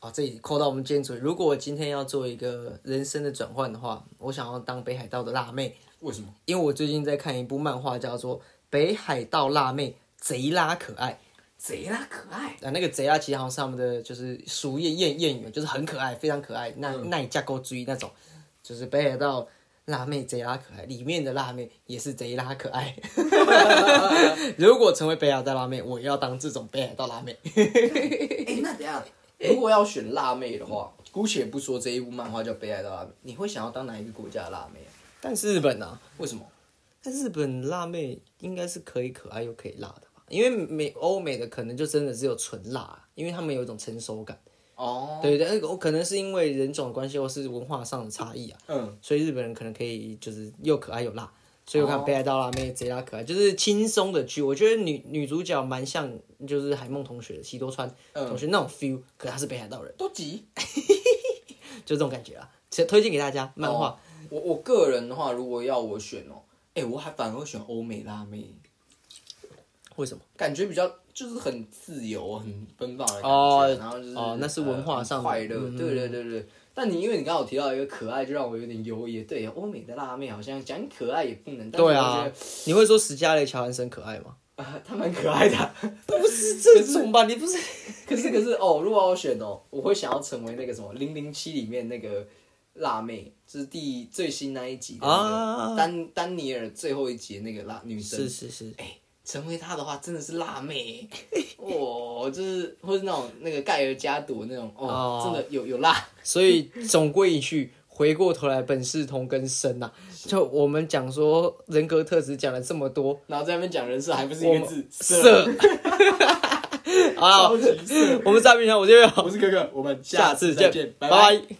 Speaker 2: 啊、这里扣到我们今天主题，如果我今天要做一个人生的转换的话，我想要当北海道的辣妹，
Speaker 3: 为什么？
Speaker 2: 因为我最近在看一部漫画，叫做《北海道辣妹贼拉可爱》。
Speaker 3: 贼拉可爱。
Speaker 2: 啊，那个贼啊，其实好像是他们的就是俗谚谚谚语，就是很可爱，非常可爱，那
Speaker 3: 嗯
Speaker 2: 耐架构追那种，就是北海道辣妹贼拉可爱，里面的辣妹也是贼拉可 爱。如果成为北海道辣妹，我要当这种北海道辣妹。
Speaker 3: 哎、那等一下，如果要选辣妹的话，姑且不说这一部漫画叫《北海道辣妹》，你会想要当哪一个国家的辣妹啊？
Speaker 2: 但是日本啊，
Speaker 3: 为什么？
Speaker 2: 但日本辣妹应该是可以可爱又可以辣的吧？因为美欧美的可能就真的只有纯辣，啊因为他们有一种成熟感。
Speaker 3: 哦，
Speaker 2: 对对，那个可能是因为人种关系或是文化上的差异啊，
Speaker 3: 嗯，
Speaker 2: 所以日本人可能可以就是又可爱又辣。所以我看《北海道辣妹》贼拉可爱，就是轻松的剧。我觉得女女主角蛮像就是海梦同学、喜多川同学那种 feel，可她是北海道人，
Speaker 3: 都急。
Speaker 2: 就这种感觉啊。其实推荐给大家漫画，
Speaker 3: 我我个人的话，如果要我选哦，哎、我还反而会选欧美辣妹，
Speaker 2: 为什么？
Speaker 3: 感觉比较就是很自由、很奔放的感觉，
Speaker 2: 哦
Speaker 3: 然后就是
Speaker 2: 哦那是文化
Speaker 3: 呃
Speaker 2: 上的
Speaker 3: 很快乐，
Speaker 2: 嗯
Speaker 3: 对对对对。但你因为你刚好提到一个可爱，就让我有点犹疑。对，欧美的辣妹好像讲可爱也不能，但是
Speaker 2: 对
Speaker 3: 我觉
Speaker 2: 啊
Speaker 3: 得，
Speaker 2: 你会说史嘉蕾·乔安森可爱吗？
Speaker 3: 呃，她蛮可爱的。
Speaker 2: 不是这种吧？你不 是
Speaker 3: 可是可是哦，如果要我选哦，我会想要成为那个什么《零零七》里面那个辣妹，就是第最新那一集的那
Speaker 2: 啊
Speaker 3: 个丹、丹尼尔最后一集的那个辣女生。
Speaker 2: 是是是，
Speaker 3: 成为她的话，真的是 辣妹哦，就是或是那种那个盖尔加朵那种哦，
Speaker 2: 哦
Speaker 3: 真的有有辣。
Speaker 2: 所以总归一句，回过头来本是同根生呐、就我们讲说人格特质讲了这么多，
Speaker 3: 然后在那边讲人设，还不是一个字色
Speaker 2: 色。啊，
Speaker 3: 超级色。
Speaker 2: 我们是大兵团，我这边
Speaker 3: 我是哥哥，我们
Speaker 2: 下
Speaker 3: 下
Speaker 2: 次
Speaker 3: 次
Speaker 2: 见
Speaker 3: 再见，，
Speaker 2: 拜
Speaker 3: 拜拜
Speaker 2: 拜。